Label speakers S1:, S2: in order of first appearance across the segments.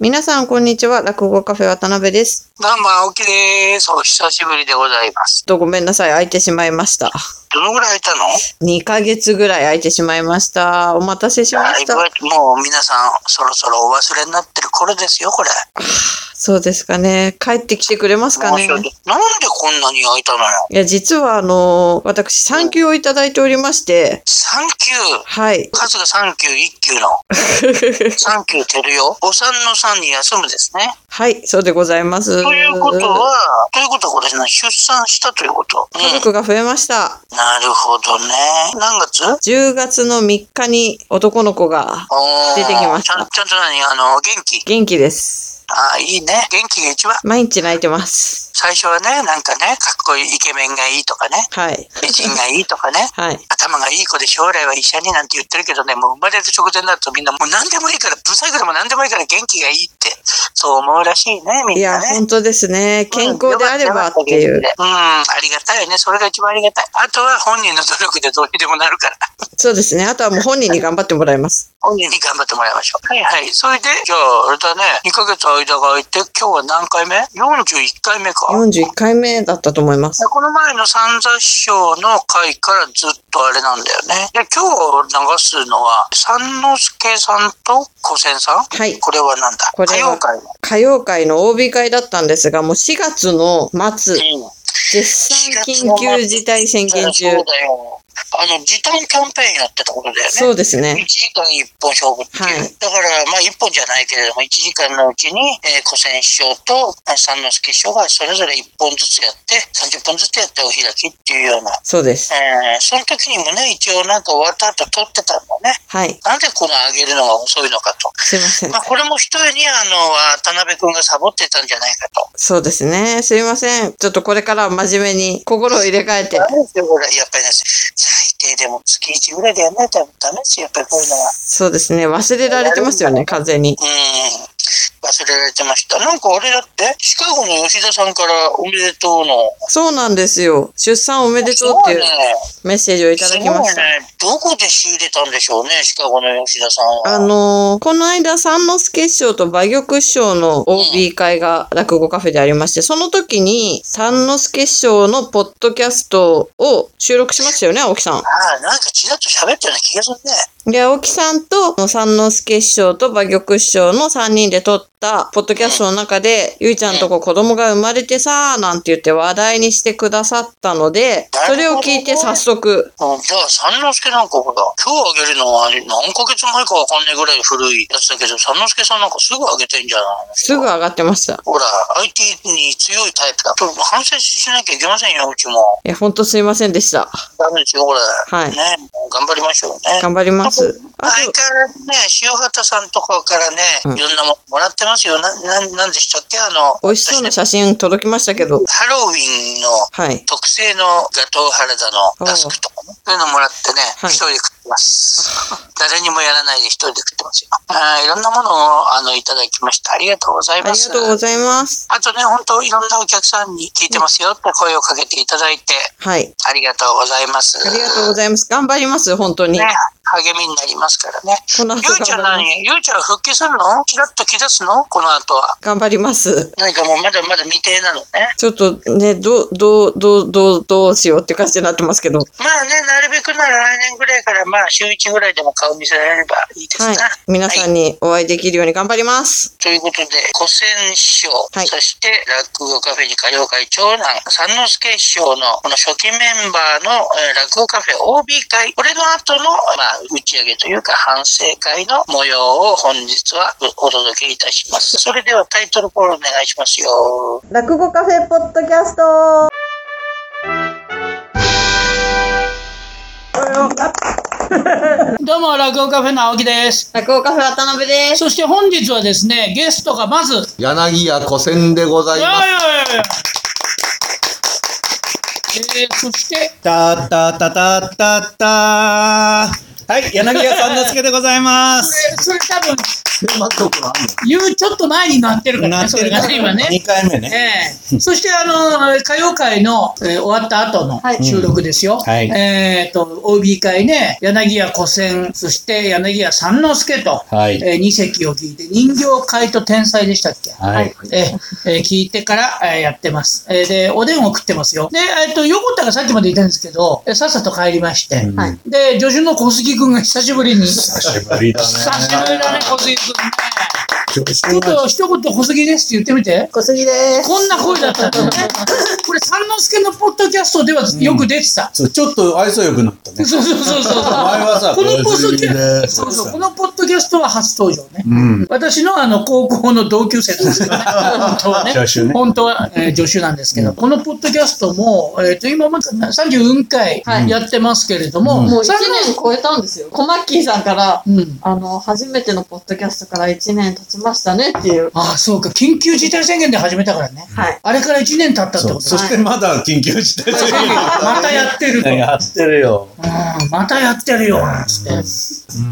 S1: 皆さん、こんにちは。落語カフェ渡辺です。
S2: どうも、青木です。お久しぶりでございます。
S1: ちょっとごめんなさい。空いてしまいました。
S2: どのぐらいいたの
S1: 2ヶ月ぐらい空いてしまいました。お待たせしま
S2: だい
S1: し
S2: ぶ
S1: た。
S2: もう皆さん、そろそろお忘れになってる頃ですよ、これ。
S1: そうですかね。帰ってきてくれますかね
S2: 申し。訳なんでこんなに空いたのよ。
S1: いや、実はあの、私、産休をいただいておりまして、
S2: 3級。
S1: はい。
S2: 数が3級、1級の。3級てるよ。お産の産に休むですね。
S1: はい、そうでございます。
S2: ということは、ということはこれですね、出産したということ。うん。
S1: 家族が増えました。
S2: なるほどね。何月
S1: 10月の3日に男の子が
S2: おー
S1: 出てきました
S2: ちゃんちゃんと何あの、元気。
S1: 元気です。
S2: ああ、いいね。元気が一番。
S1: 毎日泣いてます。
S2: 最初はね、なんかね、かっこいいイケメンがいい とかね、
S1: はい。
S2: 美人がいいとかね、
S1: はい。
S2: 頭がいい子で将来は医者になんて言ってるけどね、もう生まれる直前になるとみんなもう何でもいいから、ブサイクでも何でもいいから元気がいいって、そう思うらしいね、み
S1: い
S2: んな
S1: や、
S2: ね。
S1: 本当ですね。健康であればっていう
S2: うん、よ。かったよかった元気でうんありがたいよね。それが一番ありがたい。あとは本人の努力でどうにでもなるから、
S1: そうですね。あとはもう本人に頑張ってもらいます。
S2: 本人に頑張ってもらいましょう。はいはい。それで、じゃあ、あれだね、2ヶ月間が空いて、今日は何回目 ?41 回目か。
S1: 41回目だったと思います。
S2: この前の三座師匠の回からずっとあれなんだよね。で、今日流すのは、三之助さんと古仙さん
S1: はい
S2: これはなんだ
S1: これは
S2: 歌謡会の。
S1: 歌謡界の OB 会だったんですが、もう4月の末、
S2: うん
S1: 絶賛緊急事態宣言中。
S2: そうだよ。あの、時短キャンペーンやってたことだよね。
S1: そうですね
S2: 1。時間1本勝負っていう。
S1: はい
S2: だから、まあ1本じゃないけれども、1時間のうちに、えー、古仙師匠とあ三之助師匠がそれぞれ1本ずつやって、30本ずつやってお開きっていうような
S1: そうです。
S2: えーその時にもね、一応なんか終わった後撮ってたんだね。
S1: はい。
S2: なんでこの上げるのが遅いのかと。
S1: すいません
S2: まあ、。これも一重にあの、渡辺くんがサボってたんじゃないかと。
S1: そうですね。すいません。ちょっとこれからは真面目に心を入れ替えて。
S2: ダメですよ、これ。やっぱりね、最低でも月1ぐらいでやんないとダメですよ、やっぱりこういうのは。
S1: そうですね。忘れられてますよね、完全に。
S2: うん。忘れられてました。なんかあれだって、シカゴの吉田さんからおめでとうの。
S1: そうなんですよ。出産おめでとうっていう
S2: す
S1: メッセージをいただき
S2: ごいね。
S1: まし
S2: すご
S1: た
S2: い。ね。どこで仕入れたんでしょうね、シカゴの吉田さんは。
S1: あのーこの間、三之助師匠と馬玉師匠の OB 会が落語カフェでありまして、その時に三之助師匠のポッドキャストを収録しましたよね、青木さ
S2: ああ、なんかちらっと喋ったような気がするね。
S1: ん。で、青木さんと三之助師匠と馬玉師匠の3人で撮ったポッドキャストの中で、ゆいちゃんとこ子供が生まれてさーなんて言って話題にしてくださったので、それを聞いて早速、
S2: うんじゃあ、三之助なんかほら、今日あげるのは何ヶ月前かわかんないぐらい古いやつだけど、三之助さんなんかすぐあげてんじゃない
S1: すぐ上がってました。
S2: ほら、IT に強いタイプだ。ちょっと反省しなきゃいけませんよ、うちも。
S1: いや、ほんとすいませんでした。
S2: ダメですよ、これ。
S1: はい
S2: ね、頑張りましょうね。
S1: 頑張ります。あと
S2: 相変わらずね、塩畑さんとかからね、
S1: うん
S2: いろんなものもらってますよ。な、ななんでしたっけあの、
S1: 美味しそうな写真届きましたけど。
S2: ハロウィンの
S1: はい。
S2: 特製のガトーハラダのタスクとかね、そういうのもらってね、
S1: はい
S2: 一人で食ってます。誰にもやらないで一人で食ってますよ。あーいろんなものをあのいただきました。ありがとうござい
S1: あ
S2: ま
S1: り
S2: す。
S1: がとうございます。
S2: あとね、本当いろんなお客さんに聞いてますよって声をかけていただいて、
S1: はい。
S2: ありがとうございます。
S1: ありがとうございます。頑張ります、本当に。
S2: ね、励みになりますからね。
S1: この後
S2: ゆうちゃん
S1: 頑張ります。
S2: 何ゆうちゃん復帰するのキラッと気出すのこの後は。
S1: 頑張ります。
S2: 何かもうまだまだ未定なのね。
S1: ちょっとね、どう、どう、どう、どう、どうしようって感じになってますけど。
S2: まあね、なるべくなら来年ぐらいから、まあ週1ぐらいでも顔見せられればいいですな。
S1: はい。皆さんにお会いできるように頑張ります。
S2: ということで、古仙師匠、
S1: はい
S2: そして落語カフェに歌謡会長男、三之助師匠のこの初期メンバーの、えー落語カフェ OB 会、これの後の、まあ、打ち上げというか反省会の模様を本日はお届けいたします。それではタイトルコールお願いしますよ。
S1: 落語カフェポッドキャスト
S3: どうも、落語カフェの青木です。
S1: 落語カフェ渡辺です。
S3: そして本日はですね、ゲストがまず、い
S4: 柳家古戦でござい
S3: やい
S4: ま
S3: や
S4: す。
S3: いやいやえー、そして、
S5: たたたたたたはい、柳家さんのすけでございま
S3: そ
S5: す。
S3: れ、それ多分、
S4: テーマ曲はあんの
S3: 言う、ちょっと前になってるから
S5: な
S3: ね、
S5: っ
S3: そ
S5: て
S3: れ
S5: る
S3: がね、今ね。
S5: 2回目ね。
S3: ええそして、あの、歌謡会の、えー終わった後の
S1: はい
S3: 収録ですよ。
S5: んはい
S3: えっ、と、OB 会ね、柳家古戦、そして柳家三之助と、
S5: はい
S3: えー二席を聞いて、人形会と天才でしたっけ
S5: はい。
S3: えーえー聞いてから、えーやってます。えーで、おでんを食ってますよ。で、えっ、と、横田がさっきまでいたんですけど、えーさっさと帰りまして、
S1: はい
S3: で、助手の小杉君が久しぶりに。久
S5: 久しぶりだね。
S3: しぶりだね、小杉君ね。
S4: 女子
S3: ちょっと一言小杉ですって言ってみて。
S1: 小杉で
S3: こんな声だったんだ よね。これ、三之助のポッドキャストではよく出てた。
S5: そうちょっと愛想良くなったね。
S3: そうそうそうそう。
S5: 前はさ、
S3: このポッドキ
S5: 小杉
S3: ャ
S5: で
S3: スト、そうそう、このポッドキャストは初登場ね。
S4: うん。
S3: 私のあの、高校の同級生なんですけど ね。本当はね。
S5: 助手ね
S3: 本当は、えー助手なんですけど、このポッドキャストも、えっ、と、今まで34回
S1: はい
S3: やってますけれども、
S1: もう1
S3: 三之
S1: 年超えたんですよ。コマッキーさんから、
S3: うん。
S1: あの、初めてのポッドキャストから1年経ちましたねっていう。
S3: ああ、そうか。緊急事態宣言で始めたからね。
S1: はい。
S3: あれから1年経ったって
S5: そ
S3: こ
S5: う
S3: とだ
S5: そ。してまだ緊急事態宣言
S3: またやってると。
S5: やってるよ。
S3: うんまたやってるよつって、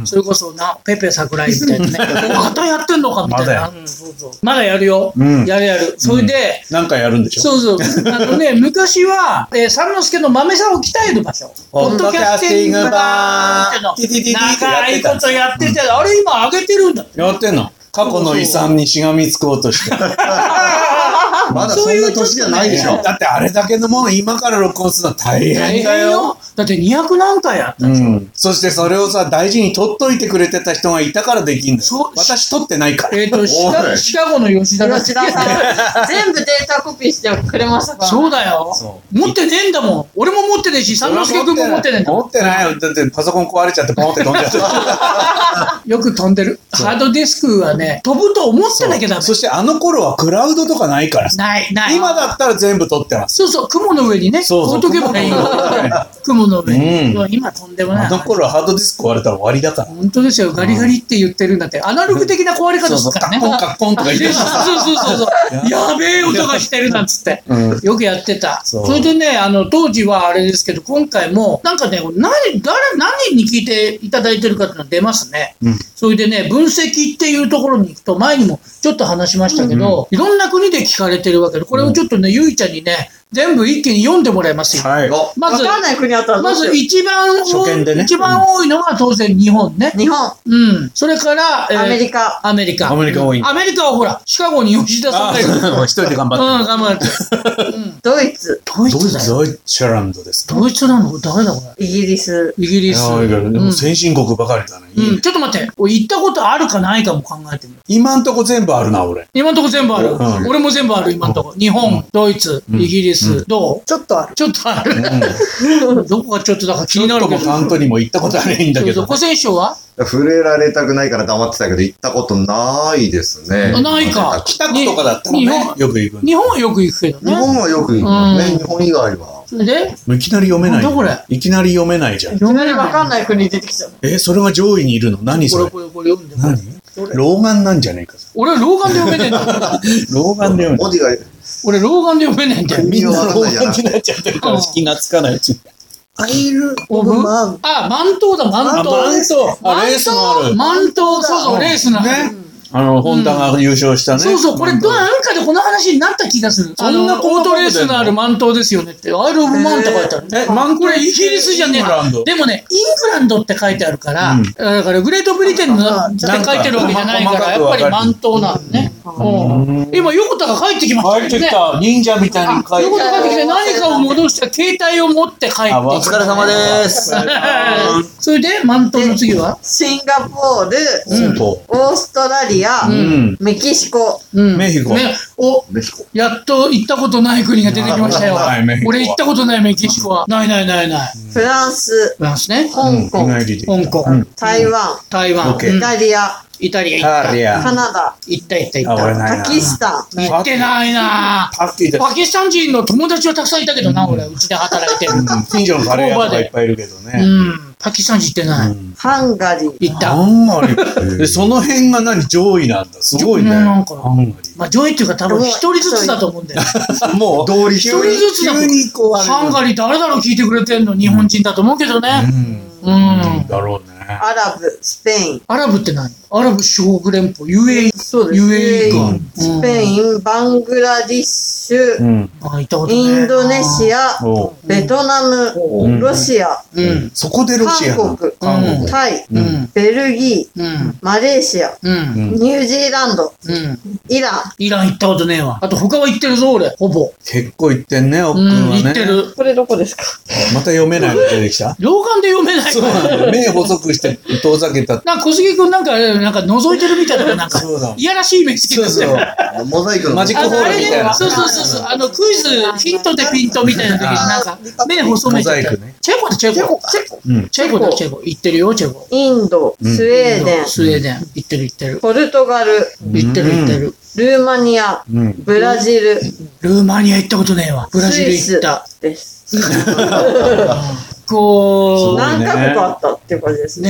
S3: それこそなペペ桜井みたいなねまたやってんのかみたい
S5: まだ
S3: な
S5: や
S3: うんそうそうまだやるよ、
S5: うん
S3: やるやるそれで、
S5: なんかやるんでしょ
S3: そうそうあのね昔は、えー三之助の豆さんを鍛える場所
S5: ポッドキャスティングバー
S3: ポッドキャスティングバーっての長い
S5: ティティティティってやって
S3: こ
S5: た
S3: とやってて、あれ今上げてるんだって
S5: やってんの過去の遺産にしがみつこうと して。
S4: まだそんな年じゃないでしょ。
S5: だってあれだけのもん今から録音するのは大変だよ。
S3: だって200何回やった、
S5: うん、そしてそれをさ大事に取っといてくれてた人がいたからできんだ
S3: そう
S5: よ私取ってないから
S3: えっ、とシ
S4: お
S3: カ
S4: い
S3: シカゴの吉田が
S1: 吉田さん、全部データコピーしてくれましたから。
S3: そうだよ
S5: そう
S3: 持ってねえんだもん俺も持ってねえし三之助君も持ってねえんだ
S5: 持ってないよだってパソコン壊れちゃってポンって飛んじゃ った
S3: よく飛んでる。ハードディスクはね、飛ぶと思ってなきゃダメ。
S5: そしてあの頃はクラウドとかないからさ
S3: ない、ない。
S5: 今だったら全部取ってます
S3: そうそう、雲の上にね、
S5: そうそう
S3: 置いとけばいいよ。雲の上に。
S5: う
S3: 今とんでもない。
S5: あの頃はハードディスク壊れたら終わりだから
S3: 本当ですよ、ガリガリって言ってるんだって、アナログ的な壊れ方ですからね。
S5: カッコンカッコンとか言って
S3: で
S5: る
S3: そうそうそうそう。やべえ音がしてるなんつって。
S5: うん
S3: よくやってた。
S5: そ
S3: そうれでね、あの、当時はあれですけど、今回も、なんかね、何、誰、何に聞いていただいてるかっていうの出ますね。
S5: うん
S3: それでね、分析っていうところに行くと、前にもちょっと話しましたけど、いろんな国で聞かれてるわけで、これをちょっとね、ゆいちゃんにね、全部一気に読んでもらいますよ。
S5: はい
S4: お
S3: まず
S1: わ、かんない国あったらど
S3: ま
S1: うしよ
S3: ず
S1: う
S3: 一番多
S5: 初見で
S3: い、
S5: ね
S3: 一番多いのが当然日本ね。
S1: 日本、
S3: うん。それから、えー
S1: アメリカ。
S3: アメリカ。
S5: アメリカ多いんだ
S3: アメリカはほら、シカゴに吉田さん
S5: あ
S3: がいる。うん、
S5: 一人で頑張って
S3: 頑張って。
S1: ドイツ、
S3: ドイ
S5: ドイ
S3: ツ
S5: ツ
S3: だよ。
S5: ドイツランドですか
S3: ドイツなの誰だこ
S1: イギリス、
S3: れ。イギリス。
S5: いやいやで
S3: う
S5: も
S3: ん
S5: 先進国ばかりだね、いいね
S3: うん、ちょっと待って。俺行ったことあるかないかも考えてみる。
S5: 今んとこ全部あるな俺
S3: 今んとこ全部ある。
S5: うん
S3: 俺も全部ある、今んとこ。日本、ドイツ、イギリス、どう
S1: ちょっとある。
S3: ちょっとある。 どこがちょっとだから気になるけ
S5: 僕
S3: ど。
S5: カントにも行ったことあるんだ
S3: そ
S5: け
S3: うそ
S5: ど
S3: う。古選手は
S4: 触れられたくないから黙ってたけど、行ったことないですね。
S3: あないか。
S5: 北区とかだったら
S3: に
S5: ねよく行くん
S3: 日本はよく行くけど
S4: 日
S3: ね。
S4: 本はよく行きます
S3: うん
S4: ね。日本以外は。
S3: それで、
S5: いきなり読めない
S3: どこだ
S5: いきなり読めないじゃん
S1: 読めわかんない国出てきちゃう。
S5: えそれが上位にいるの何
S3: こ
S5: そ
S3: れ
S5: れ
S3: これこれ読んで。
S5: 何老眼なんじゃねえか
S3: 俺、老眼で読めねえんだ。
S5: 老眼で読
S4: 文字が
S3: 俺、老眼で読めねえんだよ。
S5: みんな老
S4: わかんないじゃ
S5: 眼
S4: ない
S5: になっちゃってるから気がつかないうちに
S4: アイル・
S3: オブマあ、満島だ、満島。
S5: あそうあレースもある
S3: 満島、そうそう、レースなの。
S5: ねあのホンダが優勝したね
S3: そうそう、これ、ど
S5: 本
S3: なんかでこの話になった気がする。
S5: そんな
S3: あの
S5: こん
S3: オー
S5: なと
S3: ト
S5: こで
S3: レースのある満島ですよねって、アイル・オブ・マンって書いてある。
S5: えマン
S3: これ、イギリスじゃねえ
S5: イングランド
S3: でもね、イングランドって書いてあるから、
S5: うん
S3: だから、グレートブリテンのって書いてるわけじゃないか
S5: なん
S3: ら、
S5: か
S3: やっぱり満島なのね。うん今、横田が帰ってきました
S5: 入
S3: よ
S5: って
S3: ね。
S5: きた忍者みたいに書い
S3: 横
S5: て
S3: 田
S5: あ
S3: 帰ってきて、何かを戻して、携帯を持って帰ってきた。
S5: あわかる
S4: 様です。
S3: それで、満島の次は
S1: シンガポール、
S5: るそ
S1: オーストラリア、
S5: ううん
S1: メキシコ、
S3: うん
S5: メヒコ
S3: ねお、
S4: メキコ。
S3: やっと行ったことない国が出てきました よ
S5: はいメキ。シコ
S3: 俺行ったことないメキシコは。ないないないない。
S1: フランス、
S3: フランスね。
S1: 香
S5: うん
S1: 港、
S5: 日帰りで
S3: 香港、
S5: うん
S1: 台湾、
S3: 台湾、
S5: オッケー
S3: う
S1: イ
S3: ん
S1: タリア、
S3: イタリア
S5: タリア
S1: カナダ、
S3: 行った行った行
S5: あ
S3: っ
S5: 俺
S3: た。
S5: ないな
S1: パキスタン、
S3: 行ってないなぁ
S5: パッキーだ
S3: パキスタン人の友達はたくさんいたけどな、俺、うちで働いてる。
S5: うん近所のカレー屋とかいっぱいいるけどね
S3: うん、パキスタン人行ってない。
S1: ハンガリー、
S3: 行った。
S5: ハンガリー。で、その辺が何上位なんだ。すごいね。
S3: 上なんかな
S5: ハンガリ
S3: まあ、上位っていうか多分一人ずつだと思うんだよ。
S5: ー。もう、
S4: 通り
S3: 一人ずつだと思う。
S4: 急にこうあれ
S3: ハンガリー誰だろう聞いてくれてんの日本人だと思うけどね。
S5: うん。
S3: うん。
S5: だろうね。ね。
S1: アラブ、スペイン。
S3: アラブって何アラブ諸国連邦 ?UAE。
S1: そうです
S3: UAE
S4: う
S3: か
S4: ん。
S1: スペ
S3: ン。
S1: イン、バングラディッシ
S5: う
S1: ュ、
S5: ん。
S3: あ、いたことね
S1: インドネシア、
S5: おう
S1: ベトナム、
S4: おう
S5: うん
S1: ロシア、
S3: うん。
S5: そこでロシア
S1: 韓国
S5: 韓
S3: うん
S5: 国。
S1: タイ、
S3: うん。
S1: ベルギー、
S3: うん。
S1: マレーシア、
S3: うん。
S5: うん
S1: ニュージーランド、
S3: うん。
S1: イラン。
S3: イラン行ったことねえわ。あと他は行ってるぞ、俺。ほぼ。
S5: 結構言ってんね、おっ
S3: う
S5: く
S3: ん、
S5: んは
S3: 行
S5: ね
S3: っ。てる。
S1: これどこですか
S5: また読めないの出て きた
S3: 老眼で読めない
S5: そう
S3: から。
S5: なんだよ。目細くして遠ざけたって。
S3: なんか小杉君なんか、なんか覗いてるみたいだから、なんか
S5: そうだ、
S3: いやらしい目つき
S5: そう
S3: です
S5: そ
S3: ね。
S5: う。
S4: モザイクの
S5: マジッ
S3: あ
S5: クホ
S3: の、
S5: ー
S3: あ
S5: ル
S3: れ
S5: みたい
S3: ね、
S5: な。
S3: そうそうそうそう、あの、クイズ、ヒントでピントみたいな時になんか、目細め
S5: モ
S3: ちゃ
S5: ザ
S3: っ
S5: イ
S3: た
S5: クね。
S3: チェコだ、チェコ。チェコ
S5: うん。
S3: チェコだ、チェコ。行ってるよ、チェコ。
S1: インド、
S5: うん
S1: スウェーデン、
S3: スウェーデン。行ってる、行ってる。
S1: ポルトガル、
S3: 行ってる、行ってる。
S1: ルーマニア、
S5: うん。
S1: ブラジル、
S3: ルーマニア行ったことねえわ。ブラジル行った。
S1: です。
S3: こ
S5: そう
S1: 何カ国あったっていう感じです
S3: う、
S1: ね。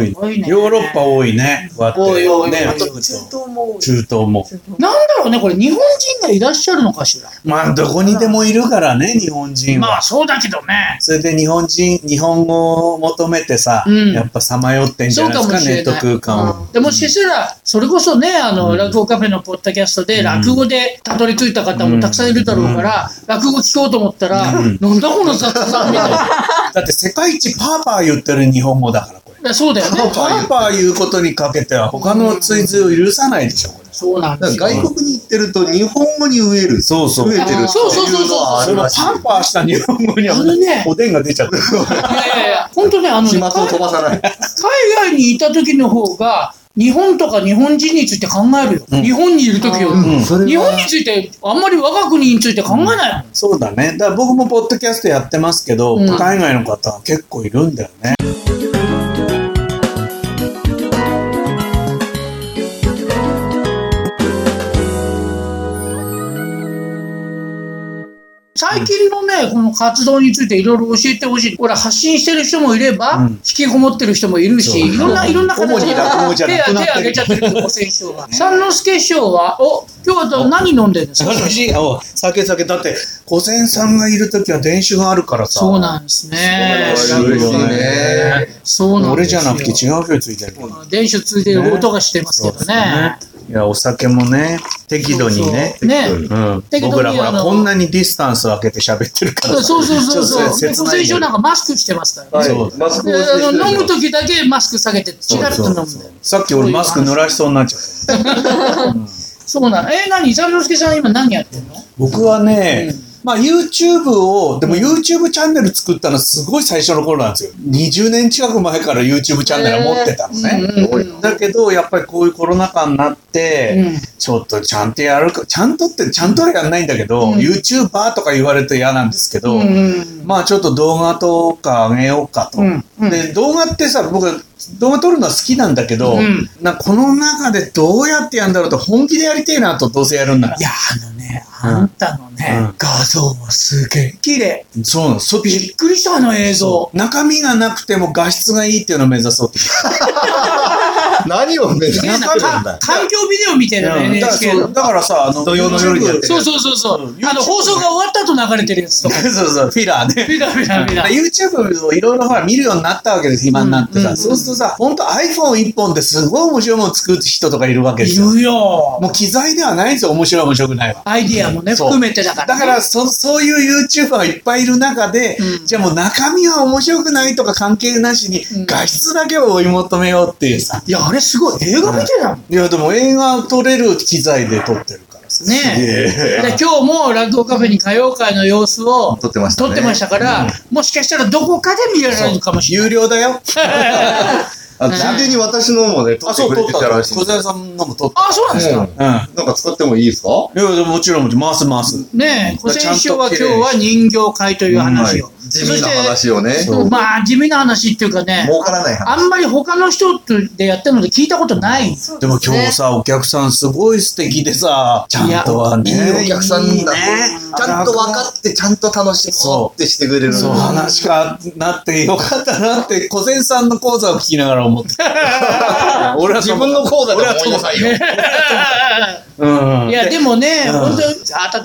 S3: ね
S5: 多
S3: え。
S5: い。ヨーロッパ多いね。割って
S3: 多い多い
S5: ね
S3: 多い
S5: あと中東も。中東も。
S3: なんだろうね、これ、日本人がいらっしゃるのかしら。
S5: まあ、どこにでもいるからね、日本人
S3: まあ、
S5: は。
S3: そうだけどね。
S5: それで日本人、日本語を求めてさ、
S3: うん
S5: やっぱさまよってんじゃないです
S3: そうか
S5: か、
S3: もしれな
S5: ネ
S3: い
S5: ット空間を。
S3: でもしかしたら、それこそね、あの、落語カフェのポッドキャストで、落語でたどり着いた方もたくさんいるだろうから、落語聞こうと思ったら、
S5: うん
S3: なんだこの雑談みたいな。
S5: だって世界一パーパー言ってる日本語だから、こ
S3: い
S5: れ。
S3: やそうだよ
S5: パ
S3: ね
S5: ー。パー言うことにかけては他の追随を許さないでしょ、これ。
S3: そうなんで
S4: だ
S3: す
S4: か
S3: よ。
S4: ら外国に行ってると日本語に飢える。
S5: そうそう
S4: 飢えてるっていうのはあ
S5: そ
S4: る
S5: の
S4: らしい。
S5: パンパーした日本語には
S3: あれね
S5: おでんが出ちゃってる。
S3: いやいやいや、本当ね、あの、
S4: 飛
S3: 海
S4: 沫を飛ばさない。
S3: 外にいた時の方が、日本とか日本人について考えるよ。
S5: うん
S3: 日本にいる時よりも。
S5: うん
S4: それは
S3: 日本について、あんまり我が国について考えないもん。
S5: そうだね。だから僕もポッドキャストやってますけど、
S3: うん
S5: 海外の方は結構いるんだよね。
S3: 最近のね、この活動についていろいろ教えてほしい。これ発信してる人もいれば、
S5: うん
S3: 引きこもってる人もいるし、いろんな、いろんな形
S5: 主に落語じゃ
S3: 手
S5: なく
S3: 手
S5: なって
S3: 挙げ
S5: る
S3: ちゃ。ってるけど、五千師匠が。三之助師匠は、お、今日は何飲んでるんですか
S5: 私、お酒酒。だって、小泉さんがいるときは電酒があるからさ。
S3: そうなんですね。
S5: そうなんですよ
S4: ね
S3: そうなん
S5: 俺
S3: です
S5: じ
S3: よ
S5: ゃなくて違う人についてる。
S3: 電子ついてる音がしてますけどね。
S5: いや、お酒もね、適度にね。
S3: そうね。
S5: うん
S3: 適度に
S5: 僕らほ
S3: あ
S5: ら、
S3: の
S5: こんなにディスタンスを空けて喋ってるから
S3: そうそうそう
S5: ちょっ
S3: そ
S5: と
S3: う。で、
S5: 切
S3: 小
S5: ない
S3: 泉
S5: け
S3: 師
S5: ど
S3: 匠なんかマスクしてますから
S4: は
S3: ね。
S5: そう
S4: い。マスク
S3: で
S4: をして
S3: あの飲む
S4: る
S3: 時だけマスク下げて、チラッと飲むんだよ。
S5: さっき俺マスク濡らしそうになっちゃった。
S3: そうなの。え、何三之助さん今何やってんの
S5: 僕はね、まあ YouTube を、でも YouTube チャンネル作ったのすごい最初の頃なんですよ。20年近く前から YouTube チャンネル持ってたのね。
S4: 多い
S5: だけど、やっぱりこういうコロナ禍になって、
S3: うん
S5: ちょっとちゃんとやるか、ちゃんとって、ちゃんとはやんないんだけど、
S3: うん
S5: YouTuber とか言われると嫌なんですけど、
S3: うんうん
S5: まあちょっと動画とか上げようかと。
S3: うんうん
S5: で、動画ってさ、僕、動画撮るのは好きなんだけど、
S3: うん
S5: なこの中でどうやってやるんだろうと本気でやりてえなと、どうせやるんなら
S3: い。や、あのね、あんたの
S5: う
S3: ね
S5: ん、
S3: 画像はすげえ綺麗。
S5: そうなの。そ
S3: びっくりしたあの映像。
S5: 中身がなくても画質がいいっていうのを目指そうって
S4: 何を目指してるん
S3: か
S4: だ
S3: 環境ビデオみたいなの
S5: だから
S3: NHK
S5: そう
S3: の。
S5: だからさ、あの、
S4: 土曜の夜にやってる
S3: そうそうそうそう。あの、放送が終わった後流れてるやつとか。
S5: そうそう、フィラーね。
S3: ピラピラピラ。
S5: YouTube をいろいろほら見るようになったわけです、暇になってさ。そうするとさ、ほんと iPhone1 本ですごい面白いもの作る人とかいるわけで
S3: い
S5: すよ。
S3: るよ。
S5: もう機材ではないんですよ、面白い面白くないは。
S3: アイディアもね、
S5: そう
S3: 含めてだから。
S5: だから、そ、そういう YouTuber がいっぱいいる中で、
S3: うん
S5: じゃあもう中身は面白くないとか関係なしに
S3: うん、
S5: 画質だけを追い求めようっていうさ。
S3: いや、あれすごい。映画見てたもん。
S5: いや、でも映画撮れる機材で撮ってるからさ。
S3: ね
S4: よ。
S3: え。で、今日も落語カフェに歌謡会の様子を
S4: 撮ってましたね
S3: 撮ってましたから、もしかしたらどこかで見られるかもしれ
S5: 有料だよ。
S3: ない。
S4: あ、ついでに私のもね、撮
S5: あ、
S4: って
S5: そう、
S4: く
S5: 撮
S4: れ
S5: ってた
S4: た
S5: ら
S4: らし
S5: し
S4: い
S5: い。
S4: ん
S5: 小
S4: ですよ。
S5: 沢さんのも撮った。
S3: あ、そうなんですか。
S5: うん。い
S4: なんか使ってもいいですか
S5: や、でももちろん、回す回す。
S3: ねえ、古戦師匠は今日は人形会という話を。
S4: 地味な話をね。
S3: そして、まあ、地味な話っていうかね、
S4: 儲からない話。
S3: あんまり他の人でやってるので聞いたことない。
S5: でも今日さ、お客さんすごい素敵でさ、ちゃんとはね。
S4: いいお客さんだ。
S5: いいね
S4: ちゃんと分かって、ちゃんと楽しもうってしてくれる
S5: そう話かなってよかったなって、小泉さんの講座を聞きながら思って。俺は
S4: 自分の講座で思いなさいよ。
S5: うん。
S3: いや、でもね、
S5: うん
S3: 本当に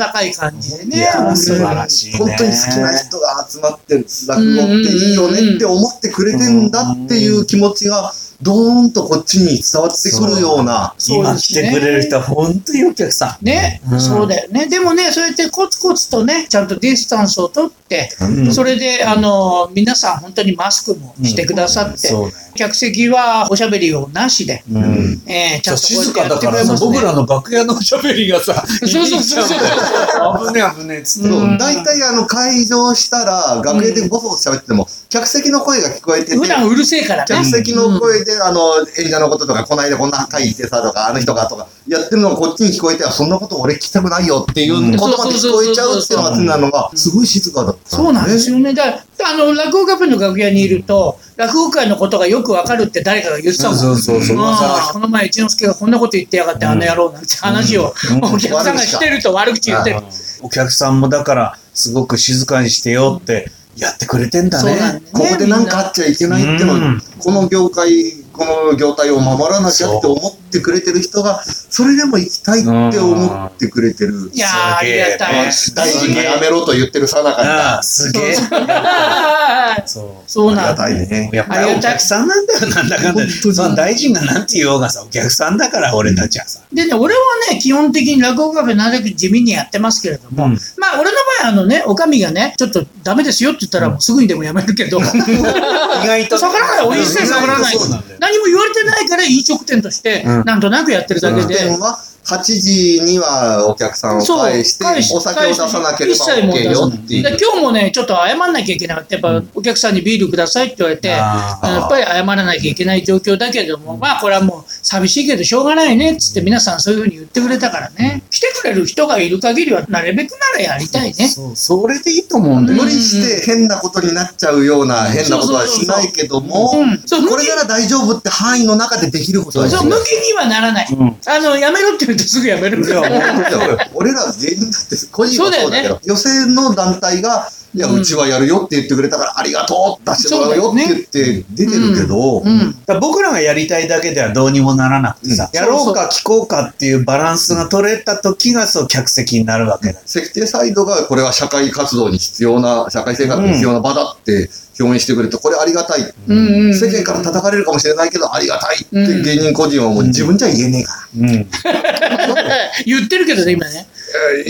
S3: 温かい感じで
S5: い
S3: ね。
S5: や素晴らしいね。
S4: 本当に好きな人が集まってる落語っていいよねって思ってくれてんだっていう気持ちがドーンとこっちに伝わってくるような
S5: 今来てくれる人は本当にお客さん。
S3: ね、
S5: うん
S3: そうだよね。でもね、そうやってコツコツとね、ちゃんとディスタンスをとって、
S5: うん
S3: それで、あの、皆さん本当にマスクもしてくださって、
S5: そうね。
S3: 客席はおしゃべりをなしで、
S5: う
S4: うん
S5: ん。
S3: えーちゃんとこうやって
S5: 静か
S3: や
S5: だ
S3: って
S5: か
S3: く
S5: ら
S3: れ
S5: さ、
S3: ますね
S5: 僕。らの楽屋のおしゃべりがさ、
S3: そうそうそうそう
S5: そう。危ねえ危ねえっつって。
S3: うん
S4: 大体あの会場したら楽屋でボソボソ喋ってても客席の声が聞こえて て
S3: 普段うるせえからね
S4: 客。席の声であの演者のこととかこの間こんな会議してさとかあの人がとかやってるのがこっちに聞こえてはそんなこと俺聞きたくないよっていう言葉で聞こえちゃうっていうのが変なのがすごい静かだった
S3: そうなんですよね。だから、あの、落語カフェの楽屋にいると、落語界のことがよくわかるって誰かが言ってたもん。
S5: そうそうそう
S3: ああこの前、一之輔がこんなこと言ってやがって、あの野郎なんて話を、
S5: うん
S3: お客さんがしてると悪口言ってる。
S5: お客さんもだから、すごく静かにしてよってやってくれてんだ
S3: そうなんだ
S5: ね
S3: ね。
S4: ここでなんかあっちゃいけないってのは
S5: うん
S4: この業界、この業態を守らなきゃって思ってくれてる人が、それでも行きたいって思ってくれてる。
S3: いやー、あ
S5: すげ
S3: り
S5: え
S3: がたい。
S4: 大
S5: す
S4: 臣
S5: げ
S4: が
S5: え
S4: やめろと言ってるさなかに。
S5: ああ、すげえ。そう。
S3: そう
S4: あり
S3: な
S4: が
S3: んだ。
S4: たいね。
S5: やっぱりお客さんなんだよ、なんだかんだ。その大臣がなんて言おうがさ、お客さんだから俺たちはさ。
S3: でね、俺はね、基本的に落語カフェなるべく地味にやってますけれども、
S5: うん
S3: まあ、俺の場合、あのね、おかみがね、ちょっとダメですよって言ったら、もうすぐにでもやめる けど、
S5: 意外と。
S3: 下がらないお一切下がらない
S5: そうなんだよ。
S3: 何も言われてないから飲食店として、
S5: うん
S3: なんとなくやってるだけ
S4: 楽
S3: で。
S4: 天は8時にはお客さんを
S3: そう
S4: 返して、
S3: 返し
S4: お酒を出さなければ OK よってい
S3: で
S4: う。
S3: 今日もね、ちょっと謝んなきゃいけなくて、やっぱお客さんにビールくださいって言われて、
S5: あ
S3: やっぱり謝らなきゃいけない状況だけれども、まあこれはもう寂しいけどしょうがないねっつって皆さんそういうふうに言ってくれたからね、来てくれる人がいる限りはなるべくならやりたいね。
S5: そう、それでいいと思うんだよ。
S4: 無理して変なことになっちゃうような変なことはしないけども、
S3: うんそう
S4: これなら大丈夫って範囲の中でできることはし
S3: そう、
S4: よう
S3: 向きにはならない。
S5: うん
S3: あの、やめろって言うとすぐやめる
S5: いや
S3: から。
S4: 俺ら芸人だって個人はそうだけど予選の団体が「いや
S3: うん
S4: うちはやるよ」って言ってくれたから「ありがとう出してもらうよ」って言って出てるけど、
S3: うん。
S5: だから僕らがやりたいだけではどうにもならなくてさ、
S3: うん
S5: やろう
S3: そ
S5: か聞こうかっていうバランスが取れた時がそう客席になるわけだ。
S4: 石定サイドがこれは社会活動に必要な社会生活に必要な場だって表現してくれるとこれありがたい、
S3: うんうん
S4: 世間から叩かれるかもしれないけどありがたいって芸人個人はもう自分じゃ言えねえか
S5: うん。
S3: 言ってるけどね、今ね。
S4: ら。いや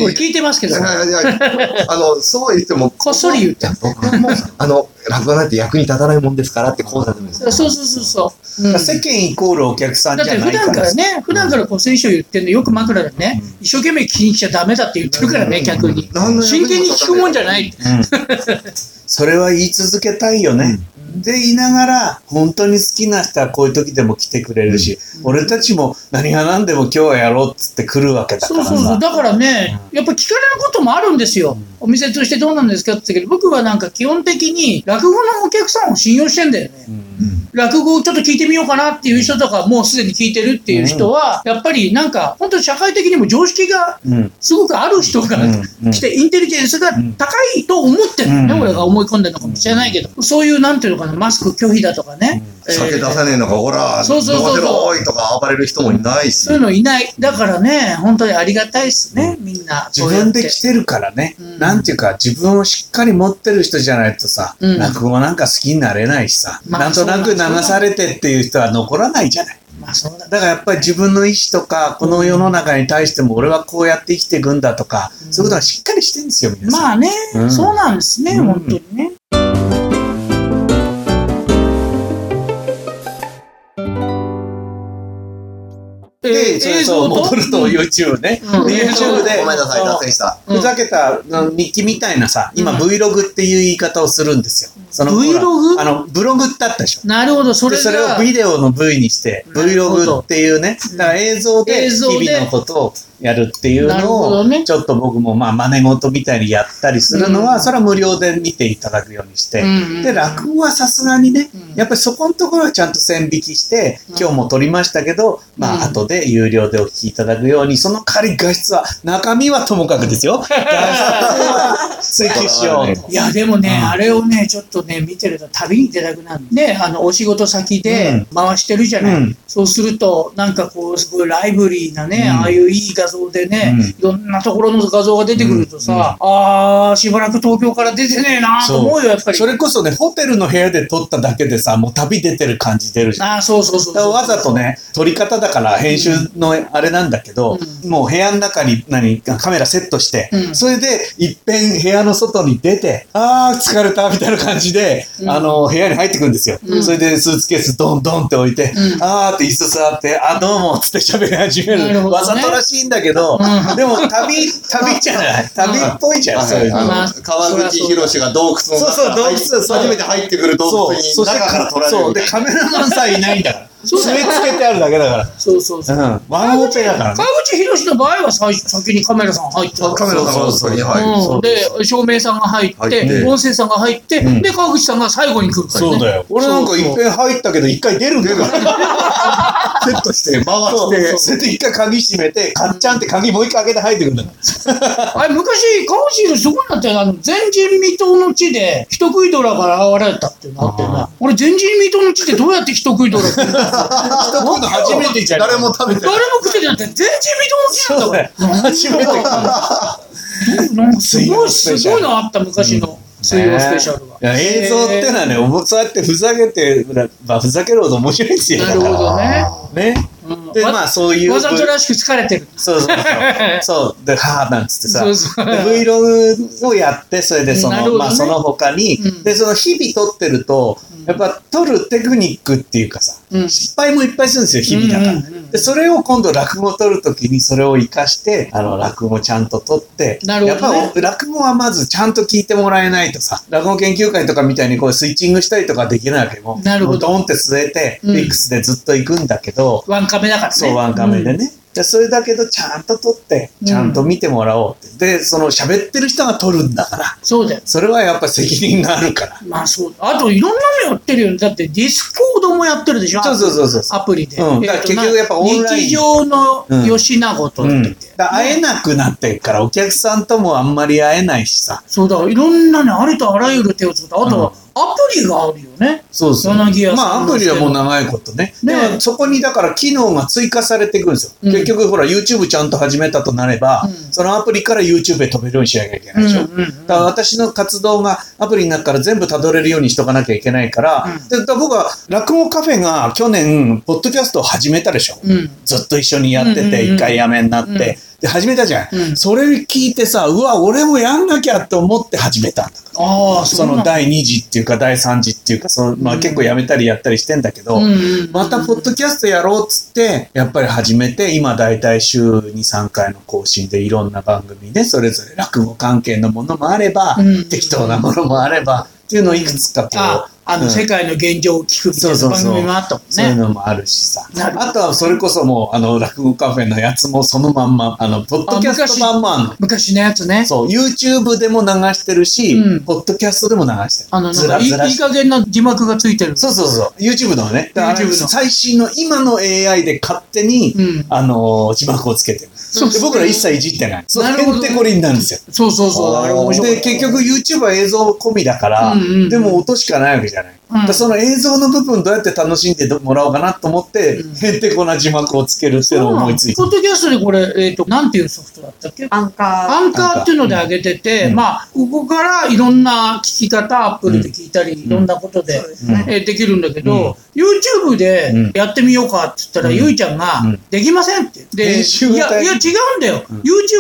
S3: 俺聞いてますけ
S4: い
S3: ど。
S4: やいやいやあのそうは言っても
S3: こっそり言って
S4: 僕はもうあの落語なんて役に立たないもんですからってこうだと思うんです
S3: そうそうそうそう。う
S5: だ
S3: ん
S5: から世間イコールお客さん
S3: だっ
S5: じゃ
S3: て
S5: な
S3: 普
S5: いか
S3: 段か
S5: ら。
S3: らね、普段からこう選手を言ってんのよく枕でね、一生懸命気にしちゃダメだって言ってるからね、逆に。
S4: 何の役に
S3: 真
S4: も立たない
S3: 剣に聞くもんじゃない。
S5: それは言い続けたいよね。で、言いながら、本当に好きな人はこういう時でも来てくれるし、俺たちも何が何でも今日はやろうっつって来るわけだか
S3: そう
S5: ら
S3: そうそう。
S5: さ。
S3: だからね、やっぱ聞かれることもあるんですよ。お店としてどうなんですかって言ったけど、僕はなんか基本的に落語のお客さんを信用してんだよね。落語をちょっと聞いてみようかなっていう人とか、もうすでに聞いてるっていう人は、やっぱりなんか、本当社会的にも常識が
S5: うん。
S3: すごくある人が
S5: うん
S3: 来て、インテリジェンスが高いと思ってるのね、
S5: うん
S3: 俺が思い込んでるのかもしれないけど、そういうなんていうのかな、マスク拒否だとかね、えー
S4: 酒出さねえのか、ほら、
S3: そうそうそうそう
S4: 飲ませろおいとか暴れる人もいないし
S3: そうい、うのいない、だからね、本当にありがたいっすね、みんな、
S5: 自
S3: そうやっ
S5: 分
S3: て
S5: で来てるからね、
S3: うん
S5: なんていうか自分をしっかり持ってる人じゃないとさ、
S3: うん
S5: 落語なんか好きになれないしさ、
S3: まあ
S5: なんとなく
S3: そう
S5: 流
S3: なんです
S5: されてっていう人は残らないじゃない。
S3: まあそうだ
S5: だからやっぱり自分の意思とか、この世の中に対しても俺はこうやって生きていくんだとか、そういうことはしっかりしてるんですよ、皆さん。
S3: まあね、
S5: うん
S3: そうなんですね、
S5: うん
S3: 本当にね。え
S5: で、それそう、戻ると YouTube ね。
S3: うん
S5: で YouTube で、
S4: ごめんなさい、脱線した。
S5: ふざけたあの日記みたいなさ、今
S3: うん
S5: Vlog っていう言い方をするんですよ。そのほら
S3: Vlog？
S5: あの、ブログってあったでしょ。
S3: なるほど、そ
S5: で
S3: れ
S5: それ
S3: が
S5: をビデオの V にして、
S3: なるほど
S5: Vlog っていうね、だから映像で
S3: 映像で
S5: 日々のことをやるっていう
S3: なるほ
S5: の
S3: ど
S5: を、
S3: ね
S5: ちょっと僕もまあ真似事みたいにやったりするのは、
S3: うん
S5: それは無料で見ていただくようにして、
S3: うん
S5: で、落語はさすがにね、
S3: うん
S5: やっぱりそこのところはちゃんと線引きして、今日も撮りましたけど、まあ
S3: うん
S5: 後で有料でお聞きいただくように、その代わり画質は、中 身はともかくですよ、画質は追求しようと。
S3: いやでもね、
S5: うん
S3: あれをねちょっとをね、見てると旅に出たくなる。で、あの、お仕事先で回してるじゃない。
S5: うん
S3: そうすると、なんかこう、すごいライブリーなね、
S5: うん
S3: ああいういい画像でね、
S5: うん
S3: いろんなところの画像が出てくるとさ、あー、しばらく東京から出てねえなと思うよ、やっぱり。
S5: それこそね、ホテルの部屋で撮っただけでさ、もう旅出てる感じ出るじゃん。
S3: あーそうそうそうそ
S5: だから
S3: う。
S5: わざとね、撮り方だから編集のあれなんだけど、もう部屋の中に何カメラセットして、
S3: うん
S5: それで一遍部屋の外に出て、あー疲れたみたいな感じで、
S3: うん
S5: あの、部屋に入ってくるんですよ。
S3: うん
S5: それでスーツケースドンドンって置いて、
S3: うん
S5: あーって椅子座って、あ、どうもっつって喋り始める。
S3: なるほどね
S5: わざとらしいんだけど、
S3: うん
S5: でも旅、旅じゃない旅っぽいじゃん、そういうの。
S4: あの川口博士が洞窟の中
S5: そうそう洞窟そう
S4: 初めて入ってくる洞窟に
S5: そして
S4: 中から取られる
S5: そ
S4: み
S5: う
S4: たい
S5: で
S4: な
S5: カメラマンさんいないんだから
S3: そうだ
S5: 据
S3: よ
S5: え付けてあるだけだか
S3: そうそうそう。
S5: ら、うん、ワンオペだからね
S3: 川口博士の場合は最初先にカメラさん入っちゃう。
S4: カメラさんがそこに入る
S3: うん、で、照明さんが入っ
S4: 入って
S3: て、音声さんが入って、
S5: ん
S3: で、川口さんが最後に来るからね。
S5: よ俺なんか一遍入ったけど一回出るんだから
S4: セットして回
S5: そ
S4: し
S5: う
S4: て
S5: それで一回鍵閉めてカッチャンって鍵もう一回開けて入ってくるんだから
S3: あれ、昔、川口博士すごいなってあの、前人未到の地で、人食いドラから現れたってなってな。俺、前人未到の地でどうやって人食いドラって。誰も
S5: 人来るの初めてじゃん
S4: 誰も食べてない
S3: 食ってなんて、前人未到の地なん
S5: そう
S3: だ
S5: だよ初めて
S3: から。なんかすごい、すごいのあった、昔の 水曜スペシャルは。
S5: いや映像ってのはね、おもそうやってふざけて、まあ、ふざけるほど面白いんですよ。
S3: なるほどね。
S5: ね。
S3: うん
S5: で、
S3: わ
S5: まあ、そういう。
S3: わざとらしく疲れてる。
S5: そうそうそう。そう。で、はぁ、なんつってさ。
S3: そうそう
S5: で Vlog をやって、それでそ
S3: な
S5: の、
S3: るほどね
S5: まあその他に、
S3: うん
S5: で、その日々撮ってると、やっぱ撮るテクニックっていうかさ、
S3: うん
S5: 失敗もいっぱいするんですよ、日々だから。
S3: うんうんうん
S5: で、それを今度落語撮るときにそれを活かして、あの、落語ちゃんと撮って、
S3: なるほどね
S5: やっぱ落語はまずちゃんと聞いてもらえないとさ、落語研究会とかみたいにこうスイッチングしたりとかできないわけも、
S3: なるほど
S5: ドンって据えて、
S3: うん
S5: フィックスでずっと行くんだけど、
S3: ワンカメだからね。
S5: そう、ワンカメでね。じゃあそれだけど、ちゃんと撮って、ちゃんと見てもらおうって。で、その喋ってる人が撮るんだから、
S3: うん。そうだよ。
S5: それはやっぱ責任があるから。
S3: まあそう。あといろんなのやってるよね。だってディスコードもやってるでしょ
S5: そうそうそうそう。
S3: アプリで。
S5: うん
S3: えっと
S5: だから結局やっぱオンライン
S3: 日常の吉永と
S5: う
S3: だ
S5: ん、
S3: っ
S5: だ
S3: け
S5: から会えなくなってるから、お客さんともあんまり会えないしさ。
S3: そうだ、いろんなね、ありとあらゆる手を使って、あとはアプリがあるよね。
S5: そうそう。
S3: 柳家さん
S5: まあ、アプリはもう長いことね。
S3: ね
S5: でも、そこにだから機能が追加されていくんですよ。
S3: うん
S5: 結局、ほら、YouTube ちゃんと始めたとなれば、
S3: うん
S5: そのアプリから YouTube へ飛べるようにしなきゃいけないでしょ。
S3: うんうんうん
S5: だから私の活動がアプリの中から全部たどれるようにしとかなきゃいけないから、
S3: うん
S5: でだから僕は落語カフェが去年、ポッドキャストを始めたでしょ。
S3: うん。
S5: ずっと一緒にやって
S3: うんうん
S5: て、
S3: うん
S5: 一回やめになって、
S3: うん
S5: で、始めたじゃん,、
S3: うん
S5: それ聞いてさ、うわ、俺もやんなきゃって思って始めたんだから。
S3: ああ、
S5: そ
S3: そうな
S5: の
S3: んだ
S5: 第2次っていうか第3次っていうかその、まあ、結構やめたりやったりしてんだけど、
S3: うんうん
S5: またポッドキャストやろうっつってやっぱり始めて今大体週23回の更新でいろんな番組でそれぞれ落語関係のものもあれば、
S3: うん
S5: 適当なものもあればっていうのをいくつかこう、
S3: あ、あの、
S5: うん
S3: 世界の現状を聞くみたいな
S5: そうそう
S3: 番
S5: そう
S3: 組もあったもん
S5: そういう
S3: ね。
S5: のもあるしさ
S3: なるほど
S5: あとはそれこそもうあの落語カフェのやつもそのまんまあのポッドキャストまんまあんの
S3: 昔のやつね。
S5: そう YouTube でも流してるし、
S3: うん
S5: ポッドキャストでも流してる
S3: あの、なん
S5: ず
S3: からいい
S5: ずら
S3: い
S5: し
S3: い加減な字幕がついてる。
S5: そうそうそう。YouTube のね。だから
S3: YouTube の
S5: 最新の今の AI で勝手に、
S3: うん
S5: あのー字幕をつけてる。
S3: そう
S5: で僕ら一切いじってない。そう、
S3: なるほど
S5: へんてこりんなんですよ。
S3: そうそうそう。あれ面白い。
S5: で、結局 YouTube は映像込みだから、
S3: うんうんうん
S5: でも音しかないわけじゃない。
S3: うん
S5: だからその映像の部分どうやって楽しんでもらおうかなと思って、
S3: うん
S5: へんてこな字幕をつけるっていうのを思いついて。
S3: ポッドキャストでこれ、えっ、と、なんていうソフトだったっけ
S1: アンカ
S3: アンカーっていうので上げてて、
S5: うん
S3: まあ、ここからいろんな聞き方、アップルで聞いたり、いろんなことで、
S1: ですね
S3: えーできるんだけど、YouTube でやってみようかって言ったら、
S5: うん
S3: ゆいちゃんが、
S5: うん
S3: できませんって。で、
S5: 編集
S3: い
S5: が
S3: や、
S5: 大変
S3: いや違うんだよ、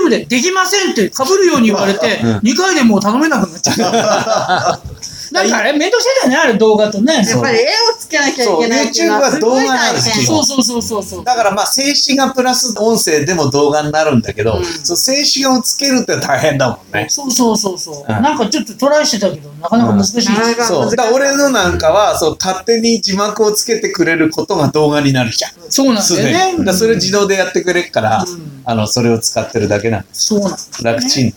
S3: YouTube でできませんって被るように言われて、
S5: うん
S3: 2回でもう頼めなくなっちゃった。 なんかあれ、面倒くさいんだよね、あれ動画とね。
S1: やっぱり絵をつけなきゃいけないっていうのは
S5: そう
S1: すごい
S5: YouTube は動画なん
S1: 大
S5: ですよ
S1: 変。
S3: そうそうそうそうそう。
S5: だからまあ静止画プラス音声でも動画になるんだけど、
S1: うん
S5: そう静止画をつけるって大変だもんね。
S3: そうそうそうそう。
S5: うん
S3: なんかちょっとトライしてたけど、なかなか難しい。
S1: うんなかなか
S5: そう。だから俺のなんかは、そう、勝手に字幕をつけてくれることが動画になるじゃん。
S3: そうなん
S5: す
S3: だ
S5: でに。
S3: よ
S5: だ
S3: ね。
S5: からそれ自動でやってくれるから、
S3: うん
S5: あの、それを使ってるだけなんです。
S3: そうなんだ。
S5: 楽ちん。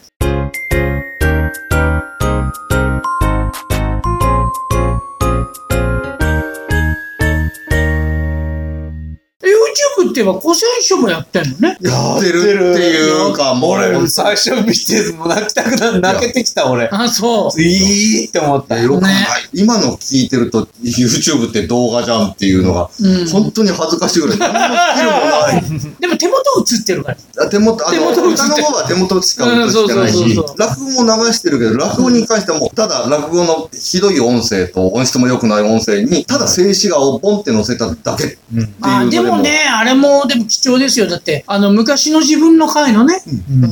S3: YouTube っといえば古戦書もやってんのね。
S4: やってるっていうか、もう、
S5: 俺、最初見て、もう泣きたくな、泣けてきた、俺。
S3: あ、そう。
S5: いいって思った。
S4: よくない
S3: ね
S4: 今の聞いてると YouTube って動画じゃんっていうのが、
S3: うん
S4: 本当に恥ずかしいぐらい何のスキルもない
S3: でも手元映ってるから。
S4: あ手元あ
S3: 手
S4: の
S3: 元映って
S4: 歌の方は手元しか映してな
S3: う
S4: い
S3: ん
S4: し
S3: そうそうそうそう
S4: 落語も流してるけど落語に関してはもうただ落語のひどい音声と音質も良くない音声にただ静止画をポンって載せただけっていうの
S3: あーでもね、あれも、でも貴重ですよ。だって、あの、昔の自分の回のね、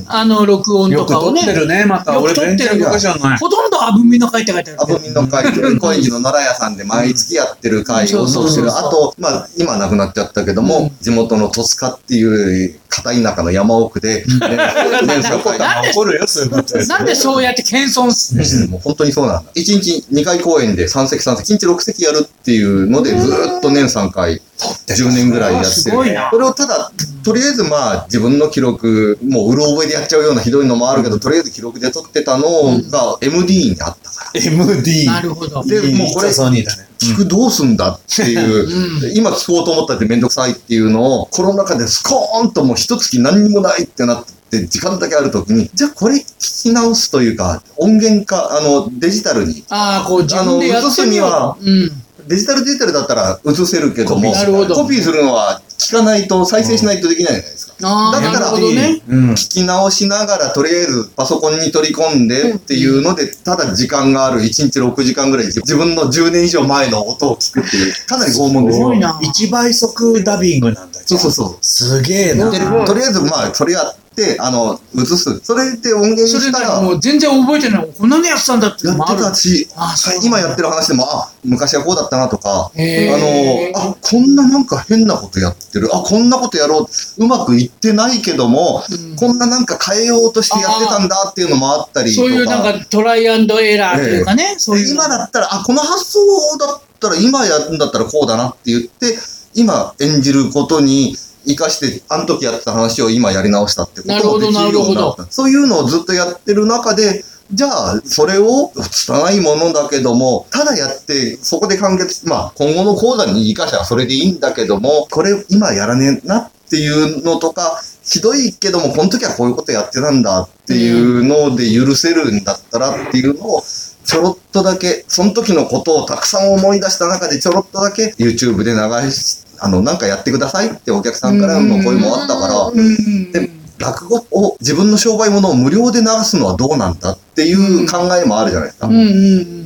S3: あの、録音と
S5: よく
S3: かを
S5: 撮
S3: ね
S5: って、るね、また。
S3: よ
S5: 俺、
S3: く撮ってる
S5: 全然昔じゃない。
S3: ほとんどあぶみの回って書いてあ
S4: ア
S3: る
S4: ブ
S3: ね。
S4: ミの会、高円寺の奈良屋さんで毎月やってる会をそうして
S3: う
S4: る。
S3: んそうそうそ
S4: あと、まあ、今亡くなっちゃったけども、地元の戸塚っていう片田舎の山奥で、 ね連鎖会が。
S3: なんで
S5: 怒るよ、そういうこと。
S3: なんでそうやって謙遜す
S4: もう本当にそうなんだ。1日2回公演で3席3席、1日6席やるっていうので、ずーっと年3回、10年ぐらいやって
S3: すごい
S4: る
S3: な。
S4: それをただ、とりあえずまあ自分の記録、もううろ覚えでやっちゃうようなひどいのもあるけど、とりあえず記録で撮ってたのが MD にあったから。
S5: MD。
S3: なるほど。
S4: で、もうこれ、
S5: ソニーだね。
S4: 聞くどうすんだっていう、で今聞こうと思ったってめんどくさいっていうのを、コロナ禍でスコーンともう一月何にもないってなって、時間だけあるときに、じゃあこれ聞き直すというか、音源化、あの、デジタルに。
S3: ああ、こう自分でやってみよ
S4: あ
S3: う。うん。
S4: デジタルデジタルだったら映せるけども、
S3: なるほど
S4: コピーするのは聞かないと、再生しないとできないじゃないですか。
S3: ああ、
S4: だか
S3: なる
S4: ら
S3: ほどね。
S5: うん。
S4: 聞き直しながら、とりあえずパソコンに取り込んでっていうので、ただ時間がある、1日6時間ぐらい、自分の10年以上前の音を聞くっていう、かなり拷問です
S3: す
S4: よ
S3: ご。いな
S5: 一倍速ダビングなんだ
S4: そうそうそう。
S5: すげえな。
S4: とりあえず、まあ、それやって、あの、映す。それで音源に
S3: それ
S4: した
S3: ね
S4: ら、、
S3: も
S4: やっ
S3: う全然覚えてない。こんなのやってたんだって
S4: て
S3: のもある。
S4: たし、
S3: ああ、そう。
S4: 今やってる話でも、あ、昔はこうだったなとか、あ
S3: へー
S4: の、あ、こんななんか変なことやってる。あ、こんなことやろう。うまくいってないけども、
S3: ん
S4: こんななんか変えようとしてやってたんだっていうのもあったりとか。
S3: そういうなんかトライアンドエラーというかね、そういう。
S4: 今だったら、あ、この発想だったら、今やるんだったらこうだなって言って、今演じることに活かして、あの時やってた話を今やり直したってこと
S3: なるほ
S4: が
S3: ど
S4: できるよう
S3: なる
S4: にな
S3: ほ
S4: った。そういうのをずっとやってる中で、じゃあ、それを、拙いものだけども、ただやって、そこで完結、まあ、今後の講座に活かしたらそれでいいんだけども、これ今やらねえなっていうのとか、ひどいけども、この時はこういうことやってたんだっていうので許せるんだったらっていうのを、ちょろっとだけ、その時のことをたくさん思い出した中でちょろっとだけ YouTube で流し、あの、なんかやってくださいってお客さんからの声もあったから、
S3: うん
S4: で落語を、自分の商売物を無料で流すのはどうなんだっていう考えもあるじゃないですか。
S3: うんうんうん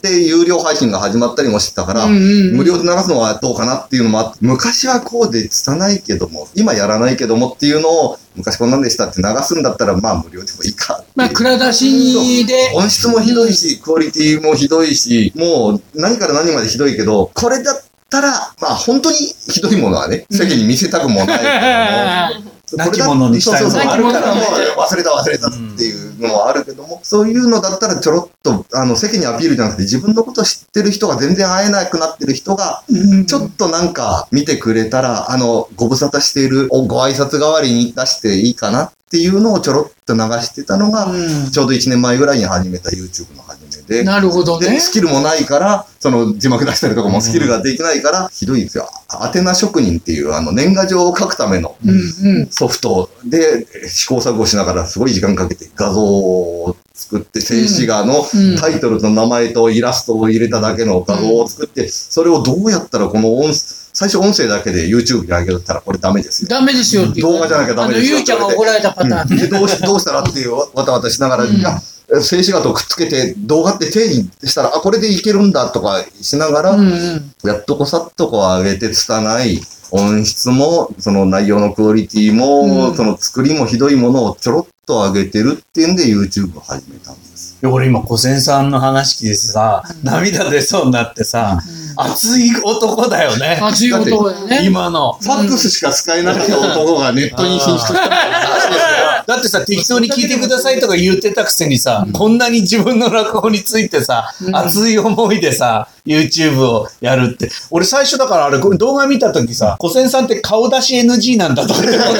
S4: で、有料配信が始まったりもしてたから、
S3: うんうんうん
S4: 無料で流すのはどうかなっていうのもあって、昔はこうで拙いけども、今やらないけどもっていうのを、昔こんなんでしたって流すんだったら、まあ無料でもいいかっていう
S3: まあ、蔵出しで、
S4: 音質もひどいし、クオリティもひどいし、もう何から何までひどいけど、これだったら、まあ本当にひどいものはね、世間に見せたくもないけども。
S5: なきものにしたい
S4: そう
S5: の
S4: そうそう
S5: が
S4: あ
S5: あ
S4: る
S5: る
S4: か
S5: から
S4: らも
S5: ね
S4: う忘れた忘れたっていうのはあるけども、そういうのだったらちょろっと、あの、世間にアピールじゃなくて自分のこと知ってる人が全然会えなくなってる人が、
S3: うん
S4: ちょっとなんか見てくれたら、あの、ご無沙汰しているおご挨拶代わりに出していいかなっていうのをちょろっと流してたのが、
S3: うん
S4: ちょうど1年前ぐらいに始めた YouTube の始めで、
S3: なるほど
S4: で、
S3: ね。
S4: スキルもないから、その字幕出したりとかもスキルができないから、ひどいんですよ。アテナ職人っていう、あの、年賀状を書くための
S3: うんうん。
S4: ソフトで試行錯誤しながらすごい時間かけて画像を作って、静止画の
S3: うん
S4: タイトルと名前とイラストを入れただけの画像を作って、それをどうやったらこの音、最初音声だけで YouTube に上げたらこれダメですよ。
S3: ダメですよっていう
S4: 動画じゃなきゃダメで
S3: あ
S4: すよ
S3: の、ゆうちゃんが怒られたパターン。
S4: でどうし どうしたらっていうわたわたしながら、いや静止画とくっつけて動画って定義したらあこれでいけるんだとかしながら、
S3: うんうん。
S4: やっとこさっとこう上げて拙い音質もその内容のクオリティも、
S3: うん
S4: その作りもひどいものをちょろっと上げてるっていうんで YouTube を始めたんです。
S5: 俺今、小千さんの話聞いてさ、涙出そうになってさ、熱い男だよね。
S3: 熱い男だよね。
S5: 今の。
S4: ファックスしか使えなかった男がネットに進出した話ですよ。
S5: だってさ、適当に聞いてくださいとか言ってたくせにさ、こんなに自分の落語についてさ、熱い思いでさ、YouTube をやるって。俺最初だからあれ、これ動画見た時さ、小千さんって顔出し NG なんだと思って思った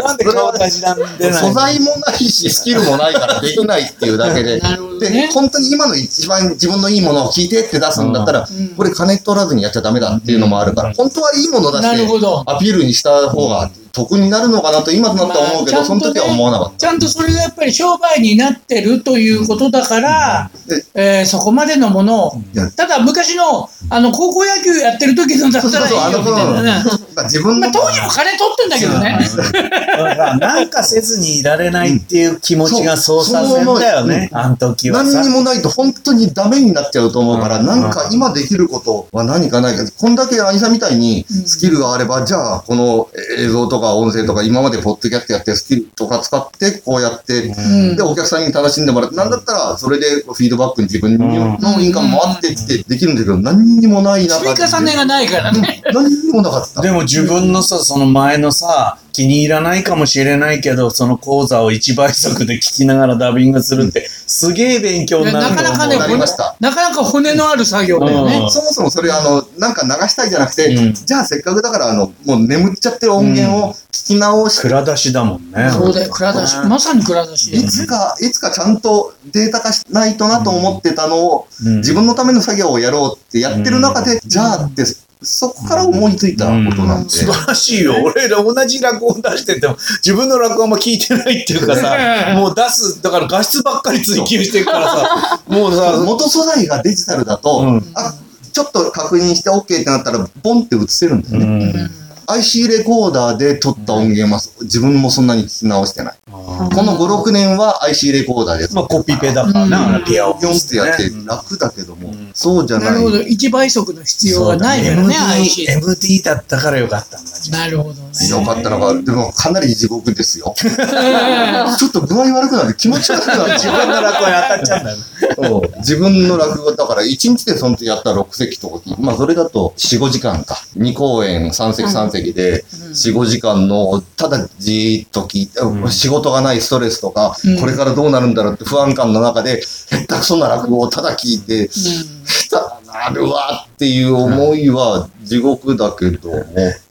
S5: のなんで顔出しなんでないの
S4: 素材もないし、スキルもないからできないっていうだけで。
S3: なるほど
S4: で、
S3: ね
S4: 本当に今の一番自分のいいものを聞いてって出すんだったら、
S3: うん
S4: これ金取らずにやっちゃダメだっていうのもあるから、本当はいいもの出
S3: なる
S4: し
S3: ほ
S4: て、
S3: ど。
S4: アピールにした方が得になるのかなと今となっては思うけど、
S3: まあ
S4: その時は思わなかった。
S3: ちゃんとそれがやっぱり商売になってるということだから、
S4: で
S3: えーそこまでのものを
S4: いや、
S3: ただ昔のあの高校野球やってる時のだったらいいよみたいなね。
S4: まあ自分
S3: ま
S4: の、
S3: あ、当時も金取ってんだけどね。
S5: なんかせずにいられないっていう気持ちがそうさせんだよね、あの時はさ
S4: 何に。もないと本当にダメになっちゃうと思うから、
S5: うん
S4: なんか今できることは何かないか、こんだけ兄さんみたいにスキルがあれば、じゃあこの映像とか音声とか今までポッドキャストやってスキルとか使ってこうやって、
S3: うん
S4: で、お客さんに楽しんでもらって、なんだったらそれでフィードバックに自分のインカムもあってってできるんだけど、何にもない中
S3: 積み重ねがないからね。
S4: 何にもなかった。
S5: でも自分のさ、その前のさ、気に入らないかもしれないけど、その講座を一倍速で聞きながらダビングするって、すげえ勉強になると思う。
S3: なかなかね
S4: なりました。
S3: なかなか骨のある作業だよね。
S5: うん
S4: そもそもそれ、あの、なんか流したいじゃなくて、
S5: うん
S4: じゃあせっかくだから、あの、もう眠っちゃってる音源を聞き直して、
S5: 蔵出しだもんね。
S3: そうだよ、蔵出し。まさに蔵出し。
S4: いつか、いつかちゃんとデータ化しないとなと思ってたのを、
S5: うん
S4: 自分のための作業をやろうってやってる中で、じゃあって、そこから思いついたことなんで、
S5: 素晴らし いよ。俺ら同じ落語を出してても、自分の落語あんま聞いてないっていう かさ、もう出す、だから画質ばっかり追求してるからさ、もうさ、
S4: 元素材がデジタルだと、
S5: うん
S4: あちょっと確認して OK ってなったら、ボンって映せるんだよね。
S5: うん。
S4: IC レコーダーで撮った音源は、自分もそんなに聞き直してない。この5、6年は IC レコーダーで撮ってる
S5: まあコピペだから
S3: うん
S5: な、あれピアオ。
S4: ピョンってやって楽だけども、そうじゃ
S3: な
S4: な
S3: る
S4: い。
S3: ほど、一倍速の必要がないからね、
S5: そう
S3: IC
S5: だ MD, MD だったからよかったんだ。じゃあ
S3: なるほどね。
S4: よかったのが、でもかなり地獄です よ。ちょっと具合悪くなって気持ち悪くなって
S5: 自分の落語に当たっちゃうんだよ
S4: う
S5: ね。
S4: ん自分の落語だから1日でその時やったら6席とか、まあそれだと4、5時間か。2公演3席3席で4、5時間の、ただじーっと聞いて、仕事がないストレスとか、
S3: うん
S4: これからどうなるんだろうって不安感の中で、下手くそな落語をただ聞いて、下手なるわっていう思いは地獄だけども、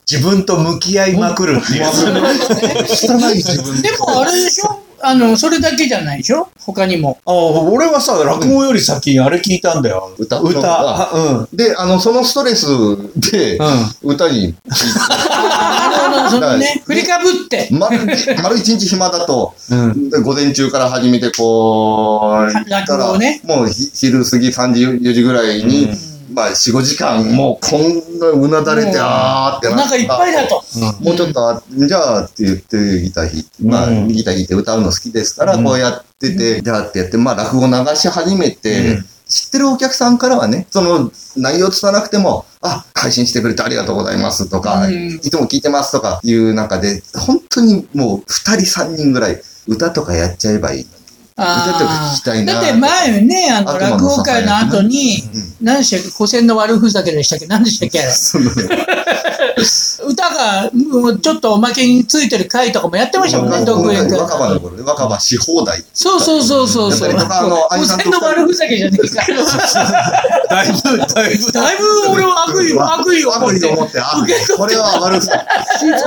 S5: 自分と向き合いまくるっていう。
S4: 汚い自分
S3: でもあれでしょあの、それだけじゃないでしょ他に も。
S5: あ俺はさ、落語より先にあれ聞いたんだよ。
S4: 歌
S5: 歌。あ
S4: で、あの、そのストレスで
S5: うん。、うん。
S4: 歌に、
S3: なるほど、そのね、振りかぶって、
S4: 丸一、丸一日暇だと、
S5: うん。
S4: で午前中から始めて、こう、行った
S3: 落語
S4: ら、
S3: をね
S4: もうひ昼過ぎ3時、4時ぐらいに、まあ、4、5時間、もうこんなうなだれ
S3: も
S4: て
S3: う、
S4: あーって
S3: お
S4: な
S3: 腹いっぱいだと。
S4: もうちょっとあ、じゃあって言ってギター弾いて、まあ
S5: うん
S4: ギター弾いて歌うの好きですから、
S5: うん
S4: こうやってて、じゃあってやって、まあ落語流し始めて、
S5: うん
S4: 知ってるお客さんからはね、その内容つたなくても、あ、配信してくれてありがとうございますとか、
S3: うん
S4: いつも聞いてますとかいう中で、本当にもう二人三人ぐらい歌とかやっちゃえばいい。歌とか
S3: あ
S4: 聞きたい
S3: ー
S4: な。
S3: だって前ね、あの、落語会の後に、何でしたっけ古典の悪ふざけでしたっけ何でしたっけ
S4: その
S3: 歌が、もうちょっとおまけについてる回とかもやってましたもんね、独演会。
S4: 若葉の頃で、若葉し放題。
S3: そうそうそうそうそう。
S4: やっぱり僕あの
S3: 古典の悪ふざけじゃねえか。
S5: だいぶ、だいぶ。
S3: だいぶ俺は悪意を、悪意を持っ
S4: 悪意を
S3: て。
S4: 持って、あ、これは悪ふ ざけ。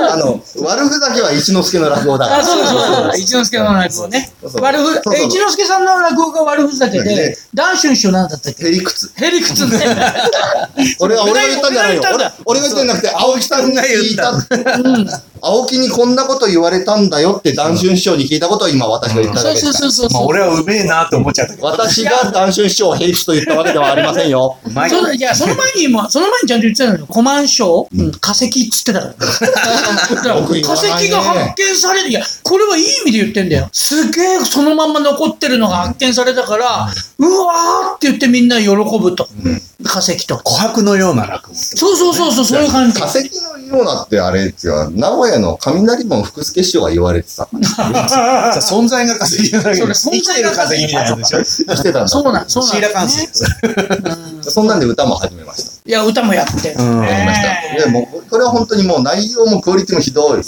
S4: あの、悪ふざけは一之輔の落語だから。
S3: あ、そうだそうだそうだ。一之輔の落語ね
S4: そう。そう
S3: 悪ふ
S4: そうそう
S3: え一之輔さんの落語が悪ふざけ
S4: ね
S3: で、ダンシュン師匠なんだったっけ
S4: へりくつ。
S3: ヘリクツね。
S4: 俺は、俺が言ったんじゃないよ。俺、俺が言ったんじゃなくて、青木さんが言った。青木にこんなこと言われたんだよって、談春師匠に聞いたことを今私が言っただ
S3: そう
S4: けで
S3: そう
S4: す
S3: そうそう。
S5: まあ、俺はうめえなって思っちゃったけど。
S4: 私が談春師匠を平気と言ったわけではありませんよ。
S5: うまい。
S3: そうだいや、その前にも、その前にちゃんと言ってたのよ。コマンショー、化石っつってたから。だから
S4: よく
S3: 化
S4: 言わないね
S3: 石が発見される。いや、これはいい意味で言ってんだよ。すげえそのまんま残ってるのが発見されたから、うわーって言ってみんな喜ぶと。化石と。
S5: 琥珀のような落語。
S3: そうそうそうそう、そういう感じ
S4: 化。石のようなってあれっていうのは、名古屋の雷門福助師匠が言われてた。
S5: さ存在が稼ぎじゃないけど、
S3: そ
S5: 生
S3: れ
S5: きてる稼ぎみたいなやつでしょ。
S4: してたんだ。
S3: そうなん、そう
S5: シ
S3: なん
S5: ー
S3: だ
S5: ラ
S3: ね、
S5: 関数。
S4: そんなんで歌も始めました。
S3: いや、歌もやって。
S5: うん
S4: やりました。でもう、これは本当にもう内容もクオリティもひどい。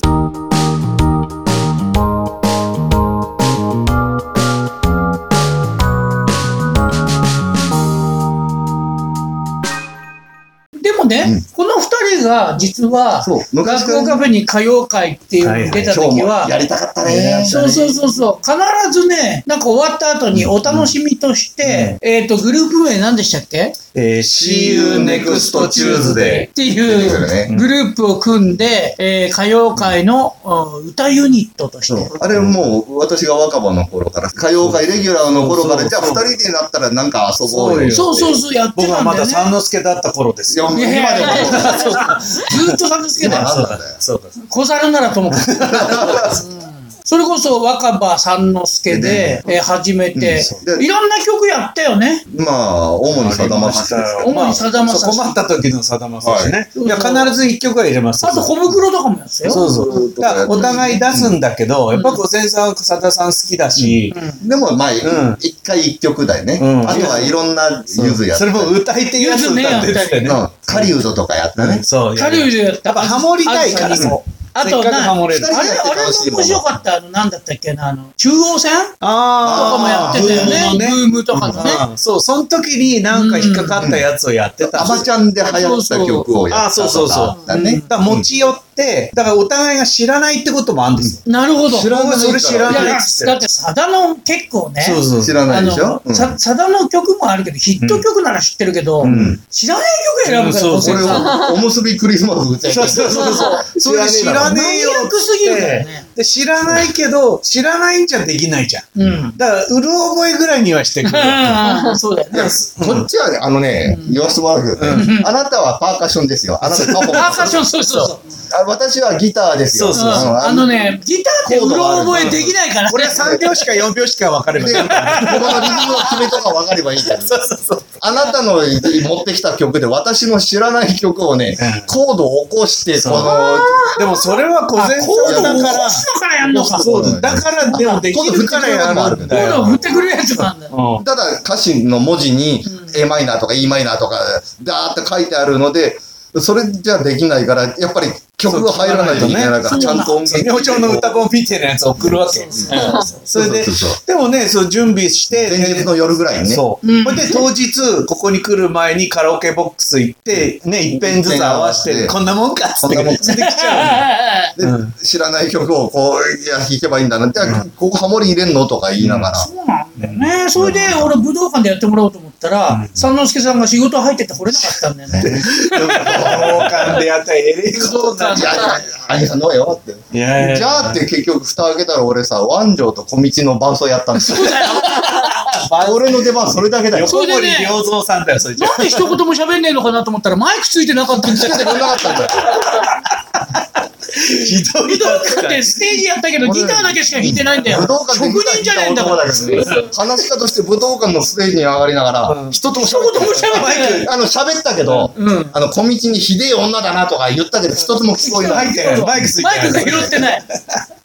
S3: でもね、この二人声が、実は、
S4: そう昔
S3: 学
S4: から
S3: 校カフェに歌謡会っていうのに出た
S4: 今日
S3: 時
S4: も
S3: は、
S4: やりたかった
S3: え
S4: ね
S3: ー。そうそうそうそう。必ずね、なんか終わった後にお楽しみとして、えっ、と、グループ名何でしたっけ
S5: えー、See
S4: you next Tuesday
S3: って
S4: 出てくる
S3: い
S4: ね
S3: うグループを組んで、えー歌謡界の、うん歌ユニットとし
S4: そう
S3: て。。
S4: あれもう、私が若葉の頃から、歌謡界レギュラーの頃から、
S5: そう
S4: じ
S5: そ
S4: ゃ
S5: う
S4: あ二人になったらなんか遊ぼうよ。
S3: そうそうそう、やって
S5: 僕
S3: た
S5: は
S3: んだ
S5: ま
S3: よ
S5: だ
S3: ね。
S5: 三之助だった頃です
S4: いや、
S5: よ。
S4: もう今
S3: い
S4: で
S3: やいやい
S4: も、
S3: やそうかずっと三之助
S4: 今
S3: だよ。
S4: なんだね。
S5: そうか。
S3: 小猿ならともかく。それこそ若葉三之助で、えー始めて、
S4: うんそう
S3: いろんな曲やったよね。
S4: まあ、主にさだまさしです
S5: ありました
S3: 主にさ
S5: よ
S3: だまさし
S5: まあそう困った時のさだまさしね。
S3: はい
S5: いや、必ず一曲は入れますよ。
S3: あと小袋とかもやったよ。
S5: そうそう。だからお互い出すんだけど、やっぱ五千さん、さださん好きだし、
S4: でも、まあ、
S5: ん
S4: 一回一曲だよね。
S5: うん
S4: あとはいろんな
S5: そう
S4: ゆずやった
S5: それも歌い手やつ歌ってた
S4: う
S5: よ
S4: ん
S5: ね。
S4: 狩人とかやったね。
S5: そう。
S3: カリウジやった
S5: やっぱハモりたいから
S3: あ
S5: そう。
S3: あと
S5: せっかくハ
S3: な、
S5: モれる。
S3: あれ、あれも面白かった。あの、なんだったっけな、あの、中央線とかもやっ
S5: ああ、
S3: てたよね。ブームとかのね。
S5: うんそう、その時になんか引っかかったやつをやってた。
S4: アマちゃんで流行った曲をや
S5: あ
S4: っ
S5: あ、
S4: た
S5: そうそうそう。
S4: だね。
S5: だから持ち寄って、だからお互いが知らないってこともあるんですよ。
S3: なるほど。
S4: 知らないから
S5: それ知ら
S3: いや
S5: ない
S3: や
S5: っつって
S3: だ。って、さだの結構ね。
S5: そうそう
S4: 知
S5: そう。
S4: らな
S3: あ
S4: い
S3: の
S4: でしょ、うん
S3: ささだの曲もあるけど、ヒット曲なら知ってるけど、
S5: ん
S3: 知らない曲選ぶから、
S5: う
S3: 小
S4: こ
S5: ん
S3: 杉
S4: れ
S3: さん
S4: をおむすびクリスマス歌い
S5: そうそうそうそう。それ知らねえよっ
S3: マニア
S5: つって。
S3: ックすぎるからね
S5: で、知らないけど、知らないんじゃできないじゃん。
S3: うん。
S5: だから、うる覚えぐらいにはしてくれる。
S3: うん そうだよ
S4: いや
S3: ね。
S4: こっちはね、あのね、言わせてもらうけどね、あなたはパーカッションですよ。あなたパフォー
S3: パ
S4: マン
S3: ー
S4: ス
S3: カッション、そうそうそう。
S4: あ私はギターですよ。
S5: そうそう
S3: うん
S4: ん
S3: あの、ね、ギターってうろ覚えできないから。
S5: これは3秒しか4秒しか分かれ
S4: で、
S5: ま
S4: このリズ
S5: せ
S4: ム
S5: ん。
S4: の決めとか分かればいいんだよね。
S5: そうそうそう。
S4: あなたの持ってきた曲で私の知らない曲をね
S5: うん、
S4: コードを起こして、こ
S5: そう
S4: の、
S5: でも、それは小前さんだから、
S3: だからやんのか。
S4: そ
S3: こ
S4: う
S5: そうだから、でもできるからやるんだ
S3: ういうの
S5: よ。
S3: 振ってくれるやつなんだよ。
S5: うん
S4: ただ歌詞の文字に a マイナーとか e マイナーとかダーって書いてあるので、それじゃできないから、やっぱり曲が入らないといけない
S3: そ
S4: から、
S3: う
S4: ちゃんと音
S5: そう
S4: 源。
S5: 明星の歌本みたいなやつ送るわけ。 それで
S4: そうそうそ、
S5: でもね、そう準備して、
S4: 前日の夜ぐらいにね。
S5: そう。
S3: うん
S5: それで当日、ここに来る前にカラオケボックス行って、ね、一遍ずつ合わせ
S4: う
S5: て、
S4: ん
S5: こんなもんかっつっ
S4: こん
S5: て、
S4: なもん
S5: で
S4: か
S5: きちゃう。
S4: で
S5: うん
S4: 知らない曲をこう、いや、弾けばいいんだな。じゃあ、ここハモリ入れんのとか言いながら。
S3: そうなんだよね。それで、俺武道館でやってもらおうと思ったら、三之助さんが仕事入ってて来れなかったんだよ ね。
S5: でも同感でやったらえれえことになっ
S4: い
S5: ち
S4: やいや
S5: ゃう。
S4: いや、兄さんどうよって。
S5: いやいや
S4: じゃあって結局蓋開けたら俺さ、湾城と小道の伴奏やったんですよ。俺の出番それだけだよ。
S5: 横森良三さんだよ、それじゃ
S3: なんで一言も喋んねえのかなと思ったら、マイクついてなかったんだよ。
S4: し てくれなかったんだよ。
S5: ひどい
S3: 武道
S5: だっ
S3: 館でステージやったけど、ギターだけしか弾いてないんだよ。
S4: 武道館
S3: 職
S4: で
S3: 人じゃねえんだから。
S4: 話し家として武道館のステージに上がりながら、人とも
S3: 一
S4: 喋って
S3: 言も喋ってない。
S4: あの、喋ったけど、
S3: うん
S4: あの、小道にひでえ女だなとか言ったけど、一つも聞こえない。
S5: てマイクついて
S3: マイクが拾ってない。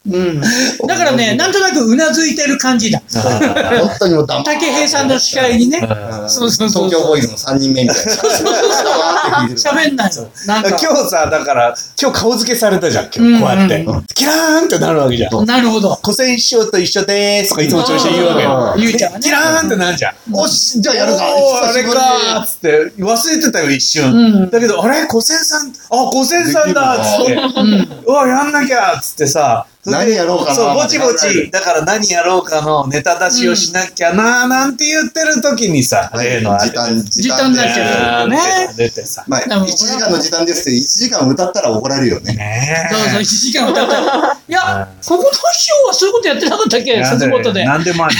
S3: うん。だからね、なんとなくうなずいてる感じだ。
S4: 本当にもう黙って
S3: 竹平さんの司会にね。そうそうそう
S4: 東京ボーイズの3人目みたいな。黙って聞いてる
S3: 喋んないの。なん
S5: 今
S3: か。
S5: 日さ、だから、今日顔付けされたじゃん、今日。こうやって
S4: うんうん。
S5: キラーンってなるわけじゃん。
S3: なるほど。
S5: 古戦師匠と一緒でーすとかいつも調子で言うわ
S4: あ
S5: けよ。
S3: ーゆうちゃんはね
S5: キラーンってなるじゃん。
S4: おし、じゃあ
S5: や
S4: や
S5: る
S4: る
S5: か
S4: か。
S5: あれかーっつって忘れてたよ一瞬、
S3: うん
S5: だけどあれ古戦さんあ古戦さんだっつってうわやんなきゃっつってさそれで
S4: 何やろうかな
S5: そうぼちぼちだから何やろうかのネタ出しをしなきゃなーなんて言ってる時にさ、例のあれ
S4: 時短、
S3: 時短になっちゃう
S5: ね
S3: ね
S5: 出てさ
S4: まあ、
S3: でも
S4: 1時間の時短ですって、1時間歌ったら怒られる よね。
S5: ね
S3: そうそう、1時間歌ったら。いや、ここの師匠はそういうことやってなかったっけ
S5: なん
S3: 鈴本で。
S5: 何でもある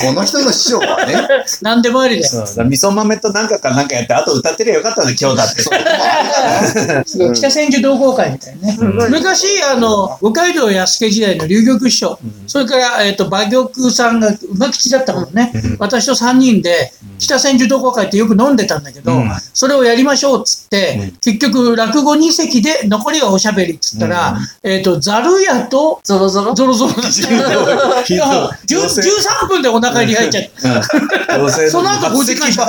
S4: この人の師 匠はね、
S3: なんでもありだ
S5: そう
S3: よ。
S5: だから味噌豆となんかかなんかやってあと歌ってりゃよかったの今日だって
S3: 北千住同好会みたいなね。昔、あの、五街道安家時代の龍玉師匠、それから、えっと、馬玉さんが馬吉だったもんね。私と3人で、北千住同好会ってよく飲んでたんだけど
S5: うん、
S3: それをやりましょうっつって、結局、落語2席で残りはおしゃべりっつったら、えっと、ざる屋と、
S1: ゾロゾロ
S3: ゾロゾロだった。
S5: ひ
S3: いや
S5: どい
S3: 10 13分でお腹に入っちゃった。 その後5時間しか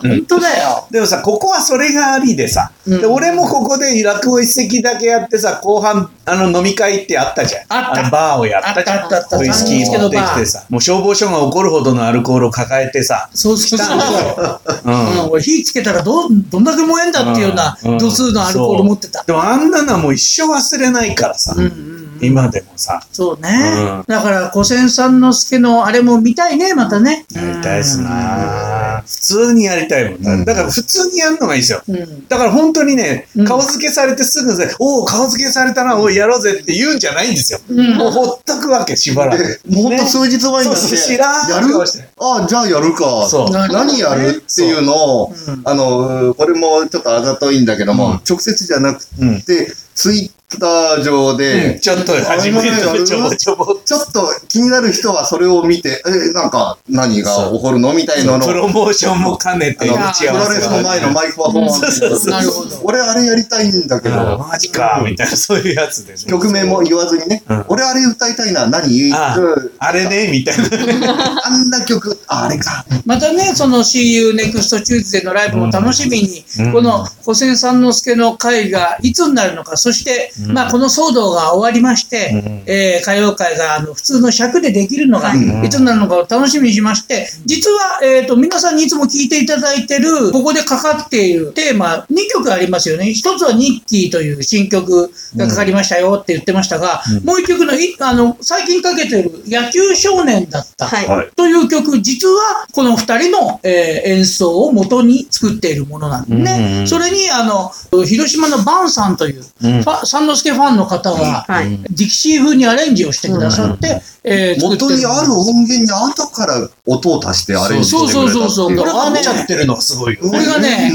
S3: 本当だ よ。
S5: でもさ、ここはそれがありでさ、で俺もここで落語一席だけやってさ、後半、あの飲み会行って、ああったじゃん。
S3: あった
S5: のバーをやったじゃ
S3: あったあったあった
S5: ん。ウイスキー持ってきてさ、もう消防署が怒るほどのアルコールを抱えてさ、
S3: そうそうそうそう。う
S5: う
S3: ん
S5: ん。
S3: 俺火つけたらど、どんだけ燃えんだっていうような
S5: うん
S3: 度数のアルコール持ってた。
S5: でもあんなのはもう一生忘れないからさ
S3: う、んうんうん。
S5: 今でもさ、
S3: そうね。
S5: うん
S3: だから、古仙三之助のあれも見たいね、またね。
S5: やりたいっすな普通にやりたいもん
S4: う
S5: な。
S4: ん
S5: だから普通にやるのがいいですよ。
S3: うん。うん。
S5: だから本当にね
S3: うん、
S5: 顔付けされてすぐで、おお、顔付けされたな、おい、やろうぜって言うんじゃないんですよ。
S3: うん
S5: もうほっとくわけ、しばらく。
S4: で、もうほんと数日前になっ
S5: そう
S4: て、
S5: そう知らん
S4: やる
S5: 顔して
S4: あ、じゃあやるか。
S5: そう。
S3: な
S4: 何やるっていうのを、あの、これもちょっとあざといんだけども、
S5: うん
S4: 直接じゃなく
S5: うん
S4: て、ツイッター上で、
S5: ちょっと初めてちょぼちょぼっ
S4: ちょっと気になる人はそれを見て、え、なんか何が起こるのみたいなの
S5: とプロモーションも兼ね
S4: あ
S5: て
S4: の
S5: 打
S4: プ
S5: ち合
S4: ロ
S5: わ
S4: レ
S5: せ
S4: スの前のマイクパフォーマンス
S5: そうそうそう
S3: なるほど
S4: 俺あれやりたいんだけど、
S5: マジかみたいなそういうやつでね
S4: 曲名も言わずにね、
S5: うん
S4: 俺あれ歌いたいな、何
S5: あ
S4: うん
S5: あれねみた いな
S4: あんな曲、ああれか。
S3: またね、その See You Next Tuesday のライブも楽しみに、
S5: うん
S3: この古仙三之助の会がいつになるのか、そして、
S5: うん
S3: まあ、この騒動が終わりまして、
S5: うん
S3: えー歌謡会があの普通の尺でできるのが、
S4: うん
S3: いつになるのかを楽しみにしまして、実は、えー、と皆さんにいつも聞いていただいてる、ここでかかっているテーマ、2曲ありますよね。1つはニッキーという新曲がかかりましたよって言ってましたが、もう1曲のいあの最近かけてる野球少年だった。
S1: はい。
S4: はい
S3: という曲、実はこの二人の、えー演奏を元に作っているものなんで
S5: うんう
S3: ね。
S5: ん
S3: それに、あの、広島のバンさんという、
S5: うん
S3: ファ三之助ファンの方が、
S1: はい。
S3: ディキシー風にアレンジをしてくださって、えー作って
S4: 元にある音源に後から音を足してアレンジしてくれたってい
S3: そうそうそうそう
S5: これが合っちゃってるのはすごいよ
S3: これがね、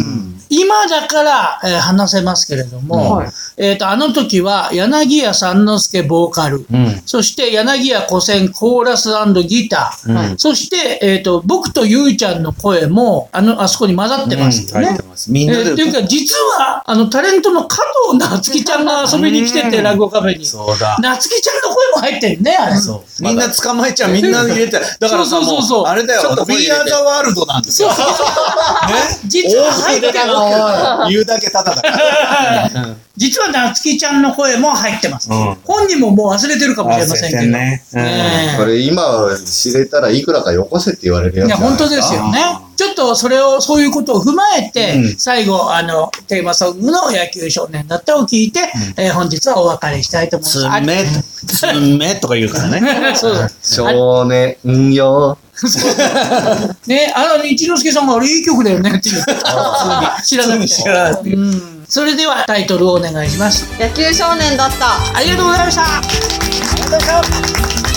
S3: 今だから、えー話せますけれども、
S1: はい
S3: えっ、と、あの時は、柳家三之助ボーカル、
S5: うん
S3: そして柳家古典コーラスギター、
S1: はい
S3: そして、えっ、と、僕とゆいちゃんの声も、あの、あそこに混ざってますよね。
S5: 入ってますみ
S3: え
S5: んなで
S3: ーというか、実は、あの、タレントの加藤夏希ちゃんが遊びに来てて、
S5: うん
S3: 落語カフェに。
S5: そうだ
S3: 夏希ちゃんの声も入ってるね、あれ。そう
S5: そうみんな捕まえちゃうみんな入れてだか
S3: そ
S5: らさ
S3: うそうそうそう
S5: もうあれだよ
S3: ちょっと
S5: We are the world なんですよね
S3: 実は入ってる。
S5: 言うだけただだからうん
S3: 実は夏希ちゃんの声も入ってます。
S5: うん
S3: 本人ももう忘れてるかもしれませんけど。
S5: うん
S3: ねえ
S4: これ今知れたらいくらかよこせって言われるや
S3: い
S4: つじ
S3: や、
S4: ゃ
S3: 本
S4: な
S3: 当
S4: い
S3: ですよね
S5: あ。
S3: ちょっとそれを、そういうことを踏まえて、
S5: うん
S3: 最後、あの、テーマソングの野球少年だったを聞いて、えー本日はお別れしたいと思います。あ
S5: 爪、爪とか言うからね。
S3: そうだ。
S4: 少年よ。
S3: ね、あの、一之輔さんが、あれいい曲だよ ねって言って た。知らなく
S5: 知
S3: て。
S5: らない。
S3: うん。それではタイトルをお願いします。
S1: 野球少年だった。
S3: ありがとうございました。ありがとうございました。